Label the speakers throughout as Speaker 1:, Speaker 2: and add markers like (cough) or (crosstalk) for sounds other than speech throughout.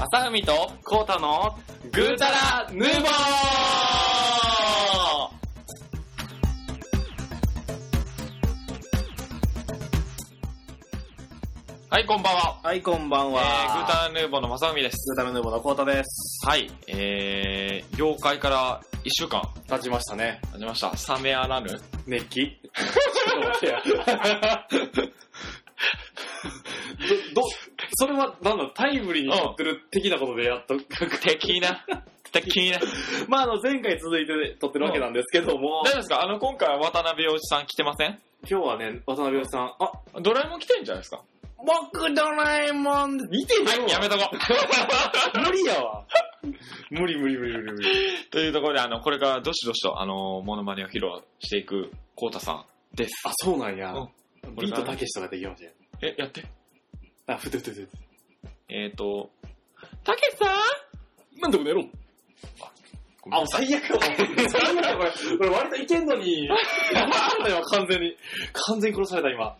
Speaker 1: 朝海とコータのグータラヌーボーはい、こんばんは。
Speaker 2: はい、こんばん
Speaker 1: え
Speaker 2: は。
Speaker 1: ー、グータラヌーボーの正海です。
Speaker 2: グータラヌーボーのコウタです。
Speaker 1: はい、えー、業界から1週間
Speaker 2: 経ちましたね。
Speaker 1: 経ちました。サメアラヌ。
Speaker 2: 熱 (laughs) 気ちょっと待ってや。ど、ど、それは、なんだ、タイムリーにやってる的なことでやっと、
Speaker 1: 的 (laughs) な、的な。
Speaker 2: まあ、あの、前回続いて撮ってるわけなんですけども
Speaker 1: 大、丈夫ですかあの、今回は渡辺陽一さん来てません
Speaker 2: 今日はね、渡辺さん、あ、
Speaker 1: ドラえもん来てんじゃないですか
Speaker 2: 僕ドラえもん、見て
Speaker 1: はい、やめとこう。
Speaker 2: 無理やわ。 (laughs) 無理無理無理無理無理。
Speaker 1: というところで、あの、これからどしどしと、あの、モノマネを披露していく、コウタさんです。
Speaker 2: あ、そうなんや
Speaker 1: うん。
Speaker 2: ビートたけしとかできましたよ。
Speaker 1: え、やって。
Speaker 2: あ、ふてふてふて。
Speaker 1: えっ、ー、と、たけしさん
Speaker 2: なんでもやろう。
Speaker 1: ごめ
Speaker 2: あ、
Speaker 1: ん
Speaker 2: もう
Speaker 1: なさい
Speaker 2: 最悪だ。最悪だ、これ。これ割といけんのに。なんだよ、完全に。完全に殺された、今。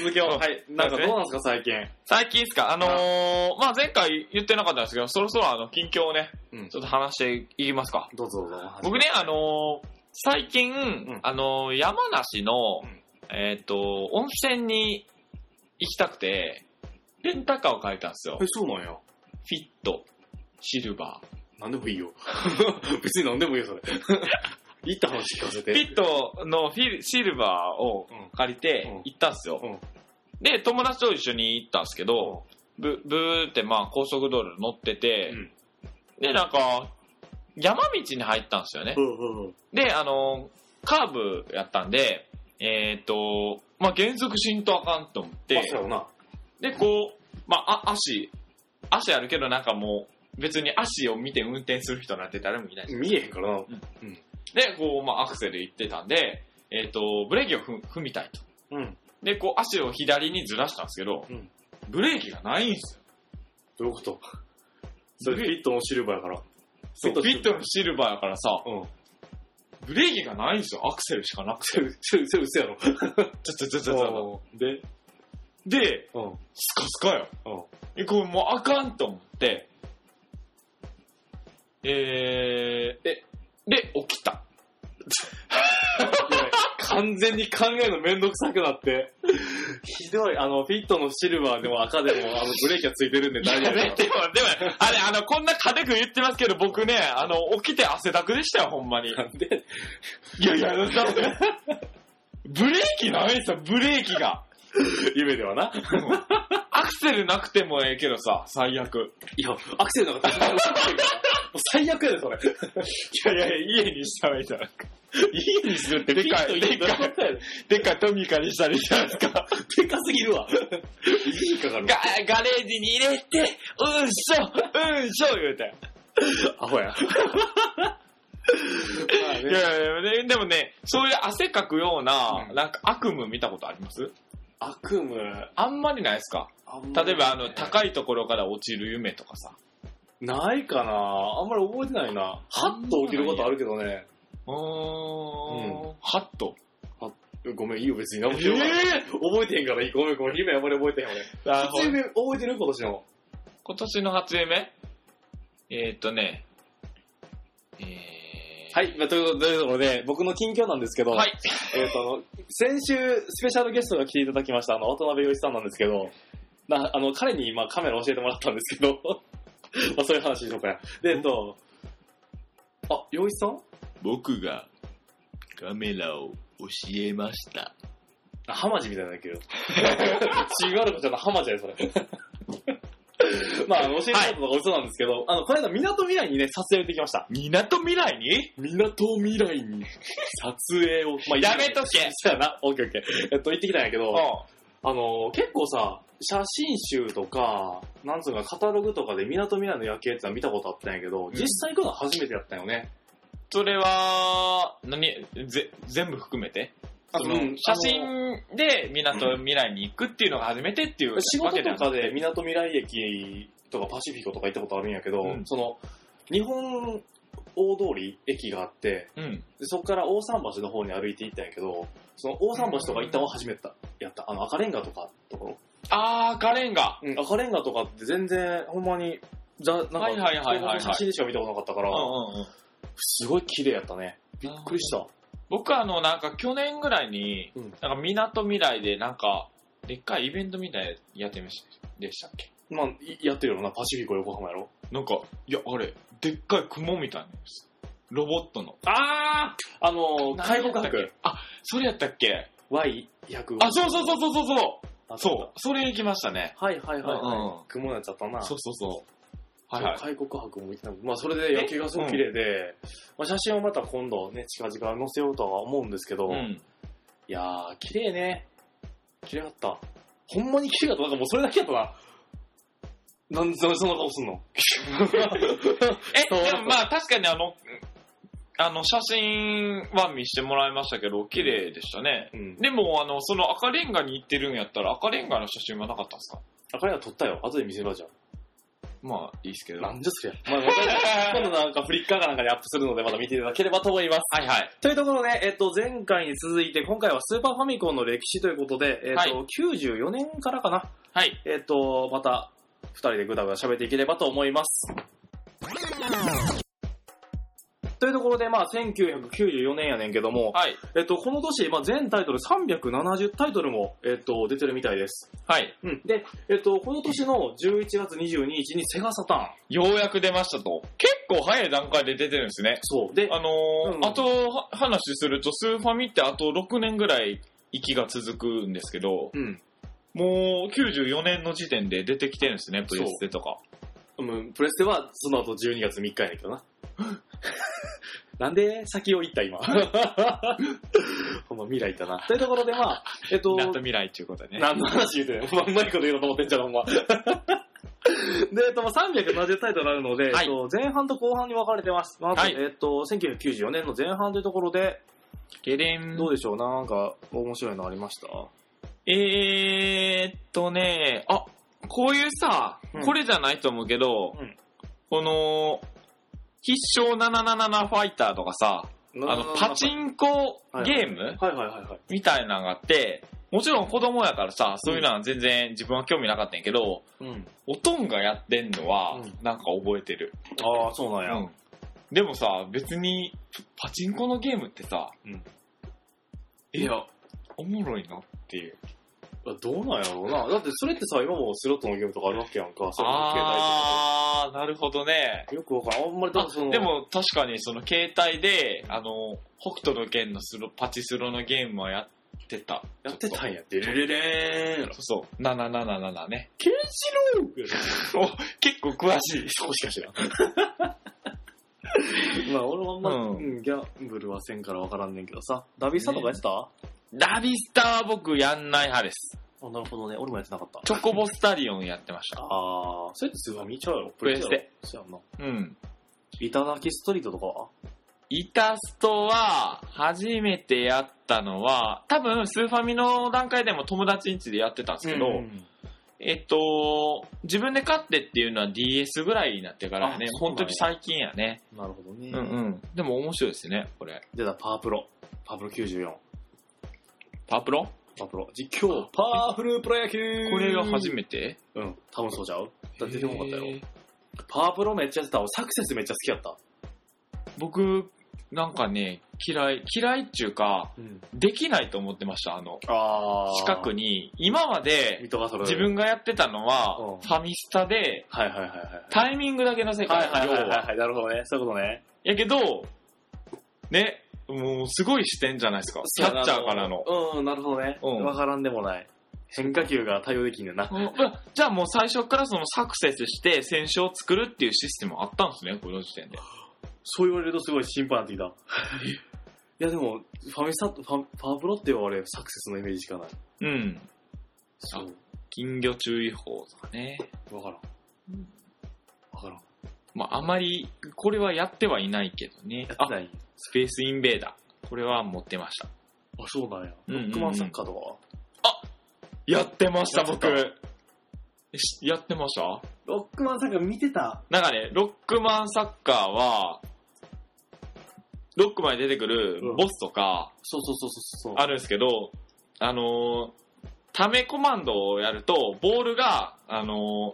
Speaker 2: 続けよう。はい。なんかどうなんですか、最近。
Speaker 1: 最近ですかあのー、まあ前回言ってなかったんですけど、そろそろあの、近況をね、
Speaker 2: うん
Speaker 1: ちょっと話していきますか。
Speaker 2: どうぞどうぞ。
Speaker 1: 僕ね、あのー、最近、
Speaker 2: ん
Speaker 1: あのー、山梨の、
Speaker 2: うん
Speaker 1: えっ、と、温泉に行きたくて、レンタカーを借りたんですよ。
Speaker 2: え、そうなんや。
Speaker 1: フィット、シルバー。
Speaker 2: なんでもいいよ。別になんでもいいよ、それ。いいって話聞かせて。
Speaker 1: フィットのフィルシルバーを
Speaker 2: うん
Speaker 1: 借り
Speaker 2: うん
Speaker 1: て行ったんですよ、
Speaker 2: うん
Speaker 1: で友達と一緒に行ったんですけど、ブブーってまあ高速道路乗ってて、
Speaker 2: うん
Speaker 1: でなんか山道に入ったんですよね、
Speaker 2: うんうんうん。
Speaker 1: であのカーブやったんでえっ、とまあ減速しんとあかんと思って、
Speaker 2: まあ、そうやろな。
Speaker 1: でこうまああ足足あるけどなんかもう別に足を見て運転する人なんて誰もいない
Speaker 2: 見えへんからな。
Speaker 1: で、こう、まあ、アクセル行ってたんで、えっ、と、ブレーキを踏踏みたいと。
Speaker 2: うん。
Speaker 1: で、こう、足を左にずらしたんですけど、
Speaker 2: うん
Speaker 1: ブレーキがないんですよ。
Speaker 2: どういうことそれ、フィットのシルバーやから。
Speaker 1: そ
Speaker 2: そうう
Speaker 1: フィットのシルバーやからさ、
Speaker 2: うん。
Speaker 1: ブレーキがないんですよ。アクセルしかなくて。
Speaker 2: それ、そ (laughs) れ、それ、嘘やろ。
Speaker 1: ちょちょちょちょちょ
Speaker 2: で、
Speaker 1: で、
Speaker 2: うん。
Speaker 1: スカスカよ。
Speaker 2: うん。
Speaker 1: え、これもうあかんと思って、えー、え、で、起きた。
Speaker 2: 完全に考えるのめんどくさくなって。ひどい。あの、フィットのシルバーでも赤でも、あの、ブレーキがついてるんで大丈夫
Speaker 1: いや (laughs) ねでも、でも、あれ、あの、こんな軽く言ってますけど、僕ね、あの、起きて汗だくでしたよ、ほんまに。
Speaker 2: なんで、
Speaker 1: いやいや、だって、 (laughs) ブレーキないんすよ、ブレーキが。
Speaker 2: 夢ではな。
Speaker 1: アクセルなくてもええけどさ、最悪。
Speaker 2: いや、アクセルなんか確かに最悪やで、それ。
Speaker 1: いやいや、家にしたらいいじゃないですか。
Speaker 2: 家にするって
Speaker 1: でかい
Speaker 2: フィット家に
Speaker 1: でかい
Speaker 2: どういうことやねん
Speaker 1: でっかいトミカにしたらいいじゃないですか。
Speaker 2: でかすぎるわ。いいかかる
Speaker 1: ガガレージに入れて、うんしょ、うんしょ、言うて。
Speaker 2: アホや。まあ
Speaker 1: い
Speaker 2: ね
Speaker 1: やいやで、でもね、そういう汗かくような、
Speaker 2: うん
Speaker 1: なんか悪夢見たことあります
Speaker 2: 悪夢、
Speaker 1: あんまりないですか
Speaker 2: あんまり
Speaker 1: 例えば、あの、高いところから落ちる夢とかさ。
Speaker 2: ないかなあんまり覚えてないな。ハッと起きることあるけどね。
Speaker 1: うーん
Speaker 2: う。
Speaker 1: ハッと。
Speaker 2: ごめん、いいよ、別に。何も
Speaker 1: え
Speaker 2: しようがない覚えてへんからいい。ごめん、ごめん。夢あんまり覚えてへん、俺。初夢覚えてる今年の。
Speaker 1: 今年の初夢えー、っとね、えー、。
Speaker 2: はいい、まあというというところで、僕の近況なんですけど、
Speaker 1: はい。
Speaker 2: えっ、と、先週、スペシャルゲストが来ていただきました、あの、渡辺陽一さんなんですけど、なあの、彼に、まあ、カメラ教えてもらったんですけど、 (laughs) まあ、そういう話でしょうかや。で、えっと、あ、陽一さん
Speaker 1: 僕がカメラを教えました。
Speaker 2: あ、ハマジみたいなんだけど。 (laughs) ちぐわる子ちゃんのハマジやで、それ。 (laughs) まあ、あの教えてもらったのが嘘なんですけど、あの、この間、港未来にね、撮影行ってきました。
Speaker 1: みなとみらいに
Speaker 2: 港未来に撮影を、
Speaker 1: (laughs)
Speaker 2: ま
Speaker 1: やめとけ
Speaker 2: そうやな、 (laughs) オッケーオッケー。えっと、行ってきたんやけど、
Speaker 1: う
Speaker 2: あのー結構さ、写真集とか、なんつうか、カタログとかで港未来の夜景ってのは見たことあったんやけど、
Speaker 1: ん
Speaker 2: 実際行くのは初めてやったんよね。
Speaker 1: それは、何ぜ、全部含めて
Speaker 2: あ
Speaker 1: その
Speaker 2: うん
Speaker 1: 写真でみなとみらいに行くっていうのが初めてっていう
Speaker 2: 仕
Speaker 1: わ
Speaker 2: 事
Speaker 1: け
Speaker 2: と
Speaker 1: だ
Speaker 2: かで港未来駅とかパシフィコとか行ったことあるんやけど、
Speaker 1: うん
Speaker 2: その、日本大通り駅があって、
Speaker 1: うん。
Speaker 2: でそこから大桟橋の方に歩いて行ったんやけど、その大桟橋とか行ったのは初めてだやった。あの赤レンガとかのところ。
Speaker 1: あー、ガレンガ。
Speaker 2: うん、赤レンガとかって全然、ほんまに、ざなんか、
Speaker 1: はいはいはいはいはい
Speaker 2: 写真でしか見たことなかったから、
Speaker 1: うんうんうん。
Speaker 2: すごい綺麗やったね。
Speaker 1: び
Speaker 2: びっくりした。
Speaker 1: 僕あの、なんか去年ぐらいに、
Speaker 2: うん
Speaker 1: なんか港未来で、なんか、でっかいイベントみたいなやってましたでしたっけ
Speaker 2: まあ、いやってるよな、パシフィコ横浜やろ。
Speaker 1: なんか、いや、あれ、でっかい雲みたいなやつロボットの。
Speaker 2: あああ
Speaker 1: 何
Speaker 2: の、
Speaker 1: や
Speaker 2: 開
Speaker 1: ったっけ
Speaker 2: 国博。
Speaker 1: あ、それやったっけ
Speaker 2: Y105。
Speaker 1: あ、そうそうそうそうそうそう
Speaker 2: あ
Speaker 1: そう、それ行きましたね。
Speaker 2: う。はいはいはい。
Speaker 1: うんうん
Speaker 2: 雲のやつあったな。
Speaker 1: そうそうそう。はいはい。
Speaker 2: 開国博も見てたまあ、それで夜景がすごく綺麗で、まあ、写真をまた今度ね、近々載せようとは思うんですけど、
Speaker 1: うん。
Speaker 2: いやー、綺麗ね。綺麗だった。ほんまに綺麗だった。なんかもうそれだけやったな。なんでそんな顔すんの (laughs)
Speaker 1: え、
Speaker 2: そう
Speaker 1: でもまあ確かにあの、あの、写真は見してもらいましたけど、綺麗でしたね。
Speaker 2: うん。
Speaker 1: でも、あの、その赤レンガに行ってるんやったら、赤レンガの写真はなかったんですか
Speaker 2: あ、これは撮ったよ。後で見せるわじゃん。
Speaker 1: まあ、いいですけど。
Speaker 2: なんじゃそりゃ。まあ、また (laughs) 今度なんかフリッカーかなんかにアップするので、また見ていただければと思います。
Speaker 1: はいはい。
Speaker 2: というところで、えっと、前回に続いて、今回はスーパーファミコンの歴史ということで、えっと、
Speaker 1: はい
Speaker 2: 94年からかな。
Speaker 1: はい。
Speaker 2: えっと、また、二人でぐだぐだ喋っていければと思います。というところで、まあ、1994年やねんけども、
Speaker 1: はい。
Speaker 2: えっと、この年、まあ、全タイトル370タイトルも、えっと、出てるみたいです。
Speaker 1: はい。
Speaker 2: うん。で、えっと、この年の11月22日にセガサターン。
Speaker 1: ようやく出ましたと。結構早い段階で出てるんですね。
Speaker 2: そう。で、
Speaker 1: あのー
Speaker 2: うん
Speaker 1: あとは話すると、スーファミってあと6年ぐらい息が続くんですけど、
Speaker 2: うん。
Speaker 1: もう94年の時点で出てきてるんですね、プレステとか。
Speaker 2: うん、プレステはその後12月3日やねんけどな。 (laughs) なんで先を行った今。 (laughs) ほんま未来行ったな。というところで、まあ、えっと、
Speaker 1: なった未来ということでね。
Speaker 2: (laughs) 何の話言うてんのほんまうまいこと言うのと思ってんじゃん、ほんま。 (laughs) で、えっと、370タイトルあるので、
Speaker 1: はい
Speaker 2: えっと、前半と後半に分かれてます。まず、
Speaker 1: はい
Speaker 2: えっと、1994年の前半というところで、
Speaker 1: ゲレン。
Speaker 2: どうでしょう、なんか、面白いのありました
Speaker 1: えーっとね、あ、こういうさ
Speaker 2: うん、
Speaker 1: これじゃないと思うけど、
Speaker 2: うん
Speaker 1: この、必勝777ファイターとかさ、あの、パチ
Speaker 2: ン
Speaker 1: ンコゲーム、
Speaker 2: はいはいはいはい。
Speaker 1: みたいなのがあって、もちろん子供やからさ、そういうのは全然自分は興味なかったんやけど、
Speaker 2: うん。
Speaker 1: おとんがやってんのは
Speaker 2: うん、
Speaker 1: なんか覚えてる。
Speaker 2: ああ、そうなんや。
Speaker 1: うんでもさ、別に、パチンコのゲームってさ、
Speaker 2: うん
Speaker 1: いや、おもろいのっていう。
Speaker 2: どうなんやろうな。だってそれってさ、今もスロットのゲームとかあるわけやんか。そういう携帯とか
Speaker 1: あー、なるほどね。
Speaker 2: でよくわからん。あんまりだか
Speaker 1: あ
Speaker 2: らその、
Speaker 1: で、も確かにその携帯で、あの、北斗の剣のスロパチスロのゲームはやってた。
Speaker 2: やってた
Speaker 1: ちょっ
Speaker 2: んや。デレレレーンやろ
Speaker 1: と。そうそう。777ね。
Speaker 2: ケンシロウ
Speaker 1: 結構詳しい。
Speaker 2: そうしか知らん。まあ俺はあんま、
Speaker 1: うん
Speaker 2: うんギャンブルはせんからわからんねんけどさ。ダビスタとかやってた、
Speaker 1: ダビスタは僕やんない派です。
Speaker 2: あ、なるほどね。俺もやってなかった。
Speaker 1: チョコボスタリオンやってました。
Speaker 2: ああ、それってスーファミちゃうやろプ
Speaker 1: レステ
Speaker 2: やろそうやんな。
Speaker 1: うん。
Speaker 2: いただきストリートとかは
Speaker 1: イタストは、初めてやったのは、多分、スーファミの段階でも友達ん家でやってたんですけど、
Speaker 2: うん
Speaker 1: えっと、自分で買ってっていうのは DS ぐらいになってからね
Speaker 2: あ、そうな
Speaker 1: 本
Speaker 2: んや
Speaker 1: 当に最近やね。
Speaker 2: なるほどね。
Speaker 1: うんうん。でも面白いですね、これ。
Speaker 2: 出た、パワープロ。パワープロ94。
Speaker 1: パープロ
Speaker 2: パワープロ。実況、パワフルプロ野球
Speaker 1: これが初
Speaker 2: め
Speaker 1: めて
Speaker 2: うん、多分そうちゃうだって出てこなかった
Speaker 1: へ
Speaker 2: よ
Speaker 1: ー。
Speaker 2: パワープロめっちゃやってた。俺サクセスめっちゃ好きやった。
Speaker 1: 僕、なんかね、嫌い、嫌いっていうか、
Speaker 2: うん。
Speaker 1: できないと思ってました、あの、
Speaker 2: あー。
Speaker 1: 近く
Speaker 2: に。
Speaker 1: に。今まで、
Speaker 2: 水戸がそれ。
Speaker 1: 自。分がやってたの
Speaker 2: うん
Speaker 1: は、ファミスタで、
Speaker 2: はいはいはいはい。
Speaker 1: タイミングだけの世
Speaker 2: は
Speaker 1: 界
Speaker 2: いはい
Speaker 1: 要
Speaker 2: はい
Speaker 1: は
Speaker 2: はい。なるほどね。そういうことね。
Speaker 1: やけど、ね、もうすごい視点じゃないですか。キャッチャーからの。
Speaker 2: うん、なるほどね。
Speaker 1: うん
Speaker 2: わからんでもない。変化球が対応できんねんな。
Speaker 1: うんじゃあもう最初からそのサクセスして選手を作るっていうシステムあったんですね、この時点で。
Speaker 2: そう言われるとすごい心配になってきた。いやでも、ファミスタ、ファパワープロって言われサクセスのイメージしかない。
Speaker 1: うん。
Speaker 2: そ。
Speaker 1: そう金魚注意報とかね。
Speaker 2: わからん
Speaker 1: うん。
Speaker 2: わからん。
Speaker 1: まああまり、これはやってはいないけどね。
Speaker 2: やっ
Speaker 1: あ
Speaker 2: て、ない
Speaker 1: スペースインベーダー。これは持ってました。
Speaker 2: あ、そうなんや。
Speaker 1: うん
Speaker 2: ロ
Speaker 1: うんうん
Speaker 2: ックマンサッカーとかは
Speaker 1: やってました、僕
Speaker 2: やって。
Speaker 1: えしやってました
Speaker 2: ロックマンサッカー見てた
Speaker 1: なんかね、ロックマンサッカーは、ロックマンに出てくるボスとか
Speaker 2: そうそうそうそうそう。
Speaker 1: あるんですけど、あのーためコマンドをやると、ボールが、あの、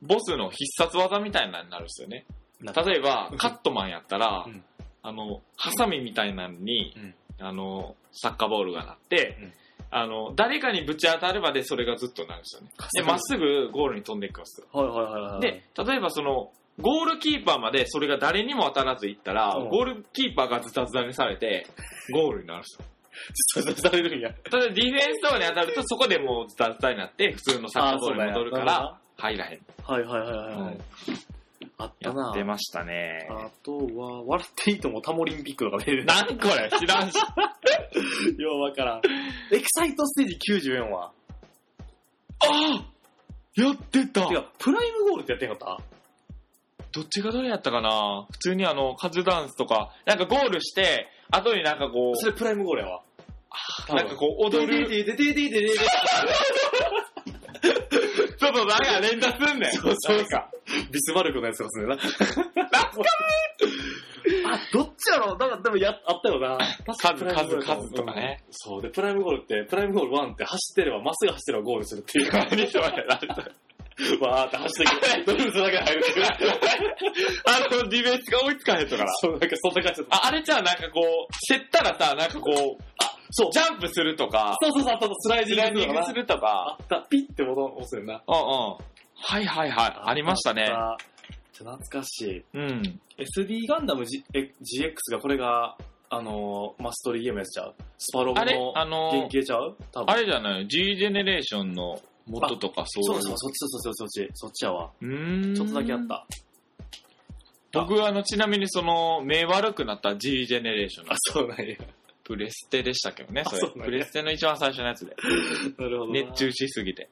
Speaker 1: ボスの必殺技みたいなのになるんですよね。
Speaker 2: なんか
Speaker 1: 例えば
Speaker 2: う、ん
Speaker 1: カットマンやったら、
Speaker 2: うん
Speaker 1: あの、ハサミみたいなのに、あの、サッカーボールがなって、
Speaker 2: うん
Speaker 1: あの、誰かにぶち当たるまでそれがずっとなるんですよね。で、まっすぐゴールに飛んでいくんですよ。
Speaker 2: はいはいはいはい。
Speaker 1: で、、例えばその、ゴールキーパーまでそれが誰にも当たらずいったら、
Speaker 2: うん
Speaker 1: ゴールキーパーがズタズタにされて、ゴールになるんですよ。
Speaker 2: それされるんや。
Speaker 1: ただディフェンスとかに当たると、そこでもうズタズタになって、普通のサッカーボールに戻るか
Speaker 2: あそうだよなる
Speaker 1: ら、
Speaker 2: ほど
Speaker 1: 入らへん。
Speaker 2: はいはいはいはい。
Speaker 1: うん
Speaker 2: あった
Speaker 1: や
Speaker 2: な
Speaker 1: ってましたね。
Speaker 2: あとは、笑っていいともタモリンピックとか出る。
Speaker 1: なんこれ知らんし。
Speaker 2: (laughs) ようわからん。エキサイトステージ94は。
Speaker 1: あやってた
Speaker 2: (laughs) てか、プライムゴールってやってんかった
Speaker 1: どっちがどれやったかな普通にあの、カズダンスとか、なんかゴールして、後になんかこ
Speaker 2: それプライムゴールやわ。
Speaker 1: う、なんかこう踊る。
Speaker 2: でででででで
Speaker 1: ちょっとなんか連打すんねん。
Speaker 2: そうそう
Speaker 1: なんか。
Speaker 2: ビスマルクのやつがすんねんな。あ、どっちやろだからでもや、あったよな。
Speaker 1: カズ、
Speaker 2: プライ
Speaker 1: カ
Speaker 2: ム
Speaker 1: ズ、
Speaker 2: ゴールだ
Speaker 1: カズとかね。
Speaker 2: そう。で、プライムゴールって、プライムゴール1って走ってれば、まっすぐ走ってればゴールするっていう。
Speaker 1: 何それ何それ
Speaker 2: わーって走ってきて、ドリブルするだけで入るっていう。
Speaker 1: あの、ディフェンスが追いつかへんとから。
Speaker 2: そう、なんかそんな感じだった。
Speaker 1: あ、あれじゃあなんかこう、競ったらさ、なんかこう、
Speaker 2: そう。
Speaker 1: ジャンプするとか、
Speaker 2: そうそうそう、あったあったスライデ
Speaker 1: スライデ
Speaker 2: ィ
Speaker 1: ィ
Speaker 2: ン
Speaker 1: ン
Speaker 2: グ
Speaker 1: グ
Speaker 2: す
Speaker 1: す
Speaker 2: る
Speaker 1: ると
Speaker 2: あ
Speaker 1: か。
Speaker 2: った、ピッて戻押すよな。
Speaker 1: うんうん。はいはいはい。ありましたね。
Speaker 2: あった懐かしい。
Speaker 1: うん。
Speaker 2: SD ガンダム、G、え GX がこれが、あのーマストリーゲームやつちゃうスパロボ
Speaker 1: あれ
Speaker 2: の
Speaker 1: あのー
Speaker 2: 原型ちゃう多分。
Speaker 1: あれじゃない ?G ジェネレーションの元とかそう
Speaker 2: そう
Speaker 1: いう
Speaker 2: だそうだ、そっちそっちそっちそっちそっちやわ。
Speaker 1: うーん
Speaker 2: ちょっとだけあった。
Speaker 1: 僕あのちなみにその目悪くなった G ジェネレーションの
Speaker 2: あ、そうなんや。 (laughs)
Speaker 1: プレステでしたけどねそれ
Speaker 2: あそうなんや
Speaker 1: プレステの一番最初のやつで
Speaker 2: なるほどな。
Speaker 1: 熱中しすぎて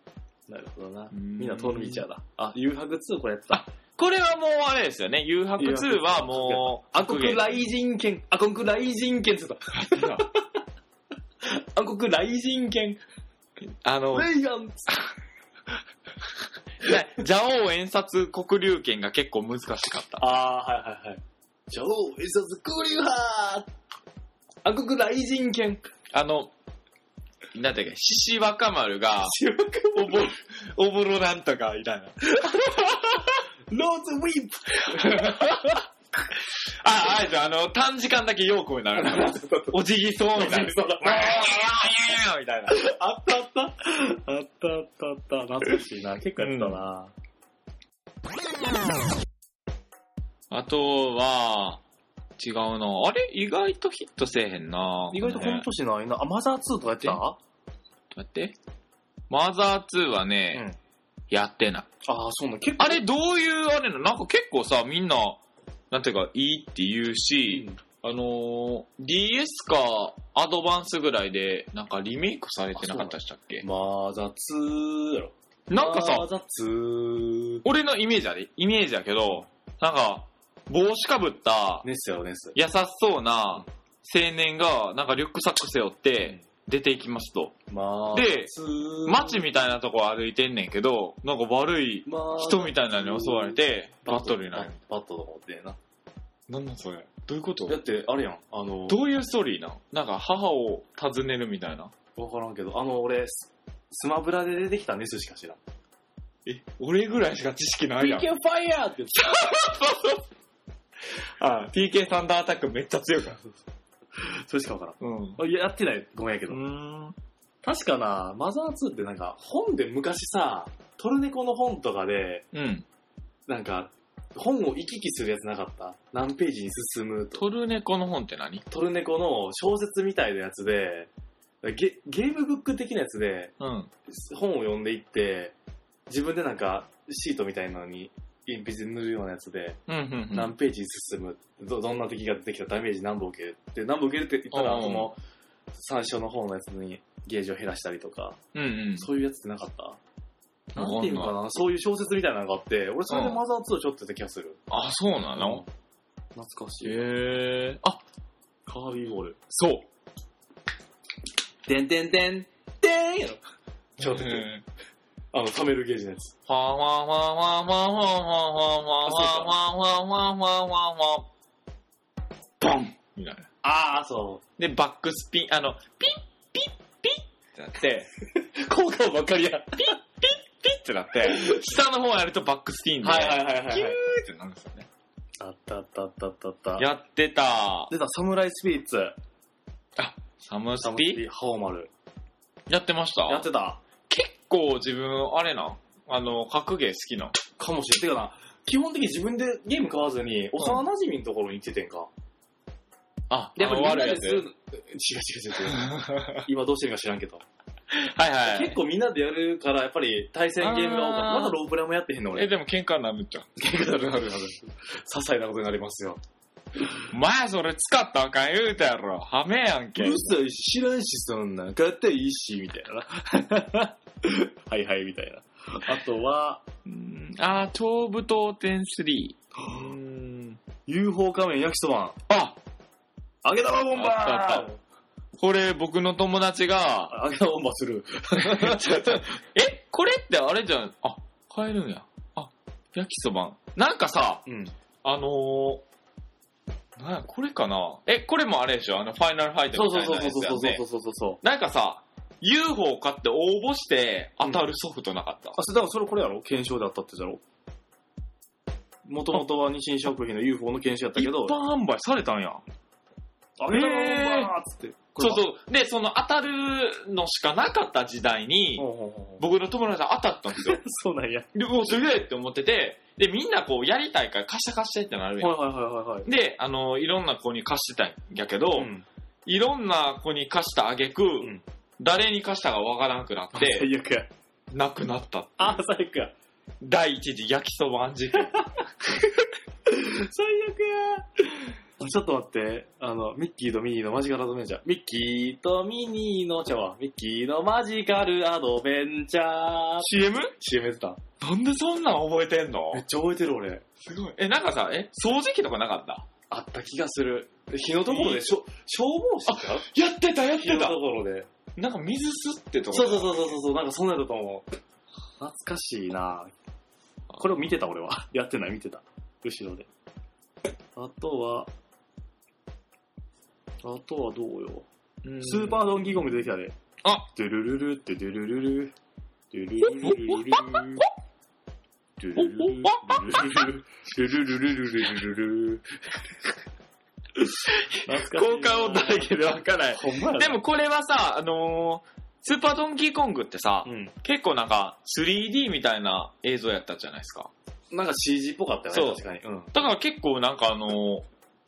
Speaker 2: なるほどな。
Speaker 1: み
Speaker 2: みんな通る道やだ。あ、誘白2これやってた。
Speaker 1: これはもうあれですよね誘白2はもう
Speaker 2: 暗黒雷神剣、暗黒雷神剣って言ってた。暗黒雷神剣、
Speaker 1: あの
Speaker 2: レイガン
Speaker 1: 蛇王演殺黒竜拳が結構難しかった
Speaker 2: あー、はいはいはい。超エサスクリューハー暗黒雷神剣。 (laughs)
Speaker 1: あのなんだっけ獅子若丸が
Speaker 2: 白く
Speaker 1: おぼろおぼろなんとかみたいな
Speaker 2: ローズウィープ
Speaker 1: ああれですよあの短時間だけ陽子になるお辞儀そうみたいな
Speaker 2: そうだ
Speaker 1: みたいな
Speaker 2: あったあった。あったあったあった。懐かしいな。結構やってたな。
Speaker 1: あとは、違うな。あれ意外とヒットせえへんな。
Speaker 2: 意外とこの
Speaker 1: こ
Speaker 2: 年ないな。あ、マザー2とかやってた
Speaker 1: えれ待って。マザー2はね、
Speaker 2: うん
Speaker 1: やってない。
Speaker 2: あー、そうなの。結構。
Speaker 1: あれどういうあれなのなんか結構さ、みんな、なんていうか、いいって言うし、
Speaker 2: うん
Speaker 1: あのー DS かアドバンスぐらいで、なんかリメイクされてなかったでしたっけ
Speaker 2: マザー2やろ。
Speaker 1: なんか
Speaker 2: マ
Speaker 1: さ、
Speaker 2: ザー2。
Speaker 1: 俺のイメージあれイメージやけど、なんか、帽子かぶった、
Speaker 2: ネスやろ、ネス。
Speaker 1: 優しそうな青年が、なんかリュックサック背負って、出ていきますと。
Speaker 2: まあ、
Speaker 1: で
Speaker 2: 普通
Speaker 1: 街みたいなとこ歩いてんねんけど、なんか悪い
Speaker 2: まあ
Speaker 1: 人みたいなのに襲われて、バトルになる。
Speaker 2: バトルのってな。
Speaker 1: なんなんそれどういうこと
Speaker 2: だって、あれやん、あの、
Speaker 1: どういうストーリーなんなんか母を訪ねるみたいな。
Speaker 2: わからんけど、あの、俺、ススマブラで出てきたネスしか知らん。
Speaker 1: え、俺ぐらいしか知識な
Speaker 2: PK ファイヤーって言ってた。
Speaker 1: あ TK サンダーアタックめっちゃ強いから。
Speaker 2: それしかわから
Speaker 1: うん。
Speaker 2: ん。あいや、やってない。ごめんやけど。
Speaker 1: ん。
Speaker 2: 確かな、マザー2ってなんか、本で昔さ、トルネコの本とかで、
Speaker 1: うん。
Speaker 2: なんか、本を行き来するやつなかった何ページに進むと。
Speaker 1: トルネコの本って何
Speaker 2: トルネコの小説みたいなやつで、ゲゲームブック的なやつで、
Speaker 1: うん。
Speaker 2: 本を読んでいって、自分でなんかシートみたいなのに鉛筆で塗るようなやつで、
Speaker 1: うん、うん、うん。
Speaker 2: 何ページ進む、ど、どんな敵が出てきたらダメージ何本受けるって、何本受けるって言った
Speaker 1: う
Speaker 2: ら、
Speaker 1: ん
Speaker 2: その、最初の方のやつにゲージを減らしたりとか、
Speaker 1: うん、うん。
Speaker 2: そういうやつってなかった
Speaker 1: わかん
Speaker 2: な
Speaker 1: ない
Speaker 2: んていうのかなそういう小説みたいなのがあって、俺それでマザー2をちょっとやった気がする。
Speaker 1: あ、そうなの
Speaker 2: 懐かし
Speaker 1: へ
Speaker 2: い。
Speaker 1: え。あ、
Speaker 2: カービーボール。
Speaker 1: そう。
Speaker 2: てんてんてん、てんやろ。ちょっと
Speaker 1: う
Speaker 2: 待って
Speaker 1: ん
Speaker 2: あの、貯めるゲージのやつ。
Speaker 1: ファンファンファンファンファンファンファンファンファンファンファンファンファンファンファンファンボンみたいな。
Speaker 2: あー、そう。
Speaker 1: で、バックスピン、あの、ピン、ピン、ピンってなって、
Speaker 2: 効果音ばっかりや。
Speaker 1: ピッてなって、下の方やるとバックスティーンで、
Speaker 2: はいはいはいは
Speaker 1: キューっ
Speaker 2: い。
Speaker 1: てなるんですよね。
Speaker 2: あったあったあったあったあった。
Speaker 1: やってた。
Speaker 2: 出た、サムライスピリッツ。
Speaker 1: サムス
Speaker 2: サムス
Speaker 1: ピ
Speaker 2: ピ、ハオマル。
Speaker 1: やってました。
Speaker 2: やってた。
Speaker 1: 結構自分、あれな、あの、格ゲー好きな。
Speaker 2: かもしれん。てかな、基本的に自分でゲーム買わずに、幼馴染のところに行っててんか。
Speaker 1: あ、
Speaker 2: でやっぱりみんなです
Speaker 1: あ
Speaker 2: る。違
Speaker 1: の
Speaker 2: う違う
Speaker 1: (laughs)
Speaker 2: 違う違う。
Speaker 1: 悪いやつ
Speaker 2: 今どうしてるか知らんけど。
Speaker 1: はいはい。
Speaker 2: 結構みんなでやるから、やっぱり対戦ゲームが多かった。
Speaker 1: あー
Speaker 2: まだロープレもやってへんの
Speaker 1: え、
Speaker 2: 俺。
Speaker 1: でも喧嘩になるじゃん。
Speaker 2: 結構なるなるなる。些細なことになりますよ。
Speaker 1: お前それ使ったらあかん言うたやろ。はめやんけ。
Speaker 2: 嘘知らんし、そんなん。買ったらいいし、みたいな。 (laughs) はいはい、みたいな。あとは、
Speaker 1: うんあー、超武闘天3。
Speaker 2: UFO 仮面焼きそばん。
Speaker 1: あ、
Speaker 2: 揚げ玉ボン
Speaker 1: あったあ
Speaker 2: バ
Speaker 1: っ
Speaker 2: ー
Speaker 1: これ僕の友達が、
Speaker 2: (laughs) 揚げ玉ボンバーする。
Speaker 1: え、これってあれじゃん。あ、買えるんや。あ、焼きそばん。なんかさ、
Speaker 2: うん。
Speaker 1: あのー、なんやこれかなえ、これもあれでしょあの、ファイナルファイト
Speaker 2: そう
Speaker 1: み
Speaker 2: そ
Speaker 1: た
Speaker 2: う
Speaker 1: いなや
Speaker 2: そう
Speaker 1: つ
Speaker 2: そ
Speaker 1: や
Speaker 2: うんそうそ
Speaker 1: ね
Speaker 2: うそうそうそう。
Speaker 1: なんかさ、UFO 買って応募して当たるソフトなかった。
Speaker 2: あ、それだからそれこれやろ検証で当たってたやろもともとは日清食品の UFO の検証やった
Speaker 1: 一
Speaker 2: けど、
Speaker 1: 般販売されたんや。
Speaker 2: 揚げ玉ボンバーっつって。
Speaker 1: そうそう。で、その当たるのしかなかった時代に、
Speaker 2: ほうほうほう
Speaker 1: 僕の友達が当たったんですよ。
Speaker 2: (laughs) そうなんや。
Speaker 1: で、おすげえって思ってて、で、みんなこうやりたいから貸して貸してってなるやん。
Speaker 2: はいはいはいはいはい。
Speaker 1: で、あの、いろんな子に貸してたんやけど、
Speaker 2: ん。
Speaker 1: いろんな子に貸した挙句、
Speaker 2: ん
Speaker 1: 誰に貸したかわからなくなっ
Speaker 2: (laughs)
Speaker 1: て、
Speaker 2: 最悪や。
Speaker 1: 亡くなったっていう。
Speaker 2: あ、最悪や。
Speaker 1: 第一次焼きそばあん事
Speaker 2: (laughs)
Speaker 1: 件。
Speaker 2: 最悪や。ちょっと待って。あの、ミッキーとミニーのマジカルアドベンチャー。ミッキーとミニーの、ちゃうわミッキーのマジカルアドベンチャー。
Speaker 1: CM?
Speaker 2: CM やってた。
Speaker 1: なんでそんなん覚えてんの
Speaker 2: めっちゃ覚えてる俺。
Speaker 1: すごい。え、なんかさ、え、掃除機とかなかった
Speaker 2: あった気がする。火のところで、しょ消防士か
Speaker 1: やってた、やっ
Speaker 2: 火のところで。
Speaker 1: なんか水吸ってとか。
Speaker 2: そうそうそうそうそう、なんかそんなんだと思う。懐かしいなこれを見てた俺は。やってない、見てた。後ろで。あとは、あとはどうよ。
Speaker 1: うん
Speaker 2: スーパードンキーコング出てきたで。
Speaker 1: あ
Speaker 2: ドゥルルルってドゥルルル。ドゥルルルルル。ドゥルルルルル。ドゥルルルルルルルル。懐
Speaker 1: 効果音だらけでわからない。
Speaker 2: ほんまやな
Speaker 1: でも、これはさ、あのースーパードンキーコングってさ、
Speaker 2: うん。
Speaker 1: 結構なんか 3D みたいな映像やったじゃないですか。
Speaker 2: なんか CG っぽかったよ
Speaker 1: そう
Speaker 2: ね、確かに。うん。
Speaker 1: だから結構なんかあのー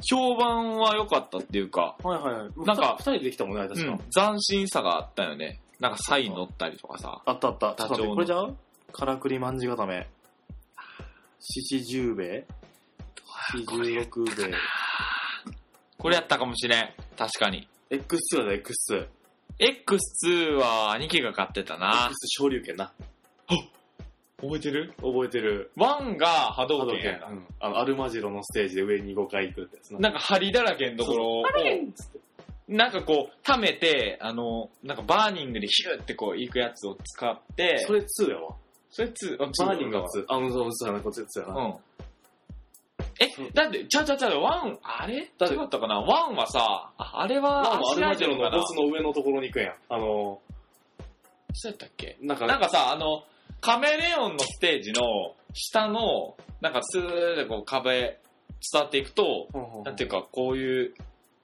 Speaker 1: 評判は良かったっていうか、
Speaker 2: はいはいはい。
Speaker 1: なんか
Speaker 2: 二人できたもんね、確か。
Speaker 1: うん斬新さがあったよね。なんかサイン乗ったりとかさ。
Speaker 2: あったあった。ちょっと待ってこ
Speaker 1: ダチ
Speaker 2: れじ
Speaker 1: ョ
Speaker 2: ゃうからくりまんじ固め。七十兵衛四十六兵衛。
Speaker 1: これやったかもしれん。確かに。
Speaker 2: X2 だ、X2。
Speaker 1: X2 は兄貴が買ってたな
Speaker 2: X。昇竜拳な。
Speaker 1: 覚えてる
Speaker 2: 覚えてる。
Speaker 1: ?1 が波動
Speaker 2: 波動
Speaker 1: 拳や
Speaker 2: 拳
Speaker 1: な。。
Speaker 2: うんあの、アルマジロのステージで上に5回行くってやつな。
Speaker 1: なんか針だらけのところを、なんかこう、溜めて、あの、なんかバーニングでヒューってこう、行くやつを使って、
Speaker 2: それ2やわ。
Speaker 1: それつ、バ
Speaker 2: バーニングが2。あ、うん、そう、そうやな、こっち2や
Speaker 1: う
Speaker 2: な。
Speaker 1: ん。え、だって、ちゃうちゃうちゃう、ワン、あれ
Speaker 2: だって
Speaker 1: 違ったかなワンはさ、ああれ
Speaker 2: ま
Speaker 1: は、
Speaker 2: あ、アルマジロのボス
Speaker 1: の。
Speaker 2: の上のところに行くんや。あの、
Speaker 1: そうやったっけ
Speaker 2: なんか、
Speaker 1: なんかさ、あの、カメレオンのステージの下の、なんかスーッてこう壁伝わっていくと、
Speaker 2: ほんほんほん
Speaker 1: なんていうかこういう、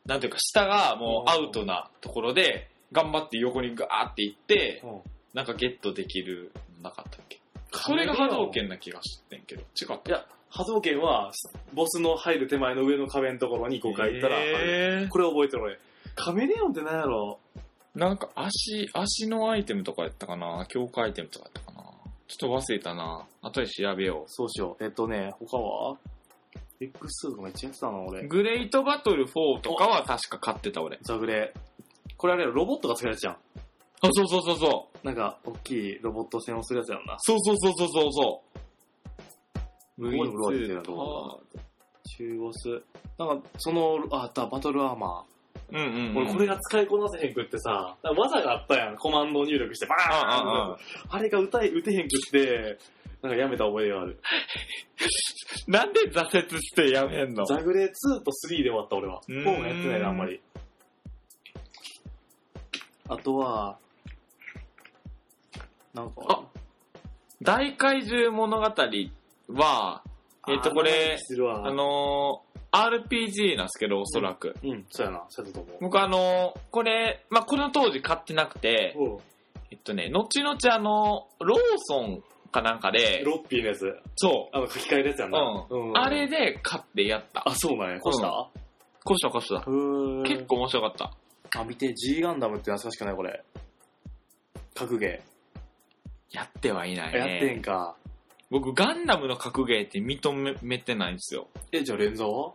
Speaker 1: なんていうか下がもうアウトなところで、頑張って横にガーっていって、
Speaker 2: うん
Speaker 1: なんかゲットできる、なかったっけそれが波動拳な気がしてんけど、違った。
Speaker 2: いや、波動拳は、ボスの入る手前の上の壁のところに5回行ったら、
Speaker 1: え
Speaker 2: (laughs) これ覚えてる俺。カメレオンって何やろ
Speaker 1: ー、なんか足、足のアイテムとかやったかな強化アイテムとかやったかなちょっと忘れたな。後で調べよ
Speaker 2: そうしよう。えっとね、他は ?X2 とかめっちゃやってたな、
Speaker 1: う。
Speaker 2: 俺。
Speaker 1: グレートバトル4とかは確か買ってた俺。
Speaker 2: ザグレ。これあれやろロボットが好きなやつじゃん。
Speaker 1: あ、そうそうそうそう。
Speaker 2: なんか、大きいロボット戦をするやつやんな。
Speaker 1: そうそうそうそうそうそう。
Speaker 2: ここにフロア出てるやろ中ボス。なんか、その、あ、あった、バトルアーマ
Speaker 1: うんうん、う
Speaker 2: ー。
Speaker 1: ん。
Speaker 2: 俺これが使いこなせへんくってさ、なんか技があったやん。コマンドを入力して、バーン
Speaker 1: ああああ
Speaker 2: あれが歌え、打てへんくって、なんかやめた覚えがある。
Speaker 1: なんで挫折してやめんの
Speaker 2: ザグレー2と3で終わった俺は。
Speaker 1: うーん
Speaker 2: 4はやってないな、あんまり。あとは、なんか。
Speaker 1: あ大怪獣物語は、えっとこれ
Speaker 2: あーするわ
Speaker 1: あのー RPG なんですけど、おそらく。
Speaker 2: うん、そうやな、そうやったと思う。
Speaker 1: 僕あのーこれ、まあ、この当時買ってなくて、
Speaker 2: おう
Speaker 1: えっとね、後々あの、ローソンかなんかで、
Speaker 2: ロッピーのやつ。
Speaker 1: そ
Speaker 2: あの、書き換えるやつやな。
Speaker 1: う、あれで買ってやった。
Speaker 2: あ、そうなんや。こうした
Speaker 1: こうしたこうした。結。構面白かった。
Speaker 2: あ、見て、G ガンダムって懐かしくないこれ。格ゲ
Speaker 1: やってはいない
Speaker 2: ー。やって
Speaker 1: ね。
Speaker 2: んか。
Speaker 1: 僕、ガンダムの格ゲーって認めてないんですよ。
Speaker 2: え、じゃあ連座は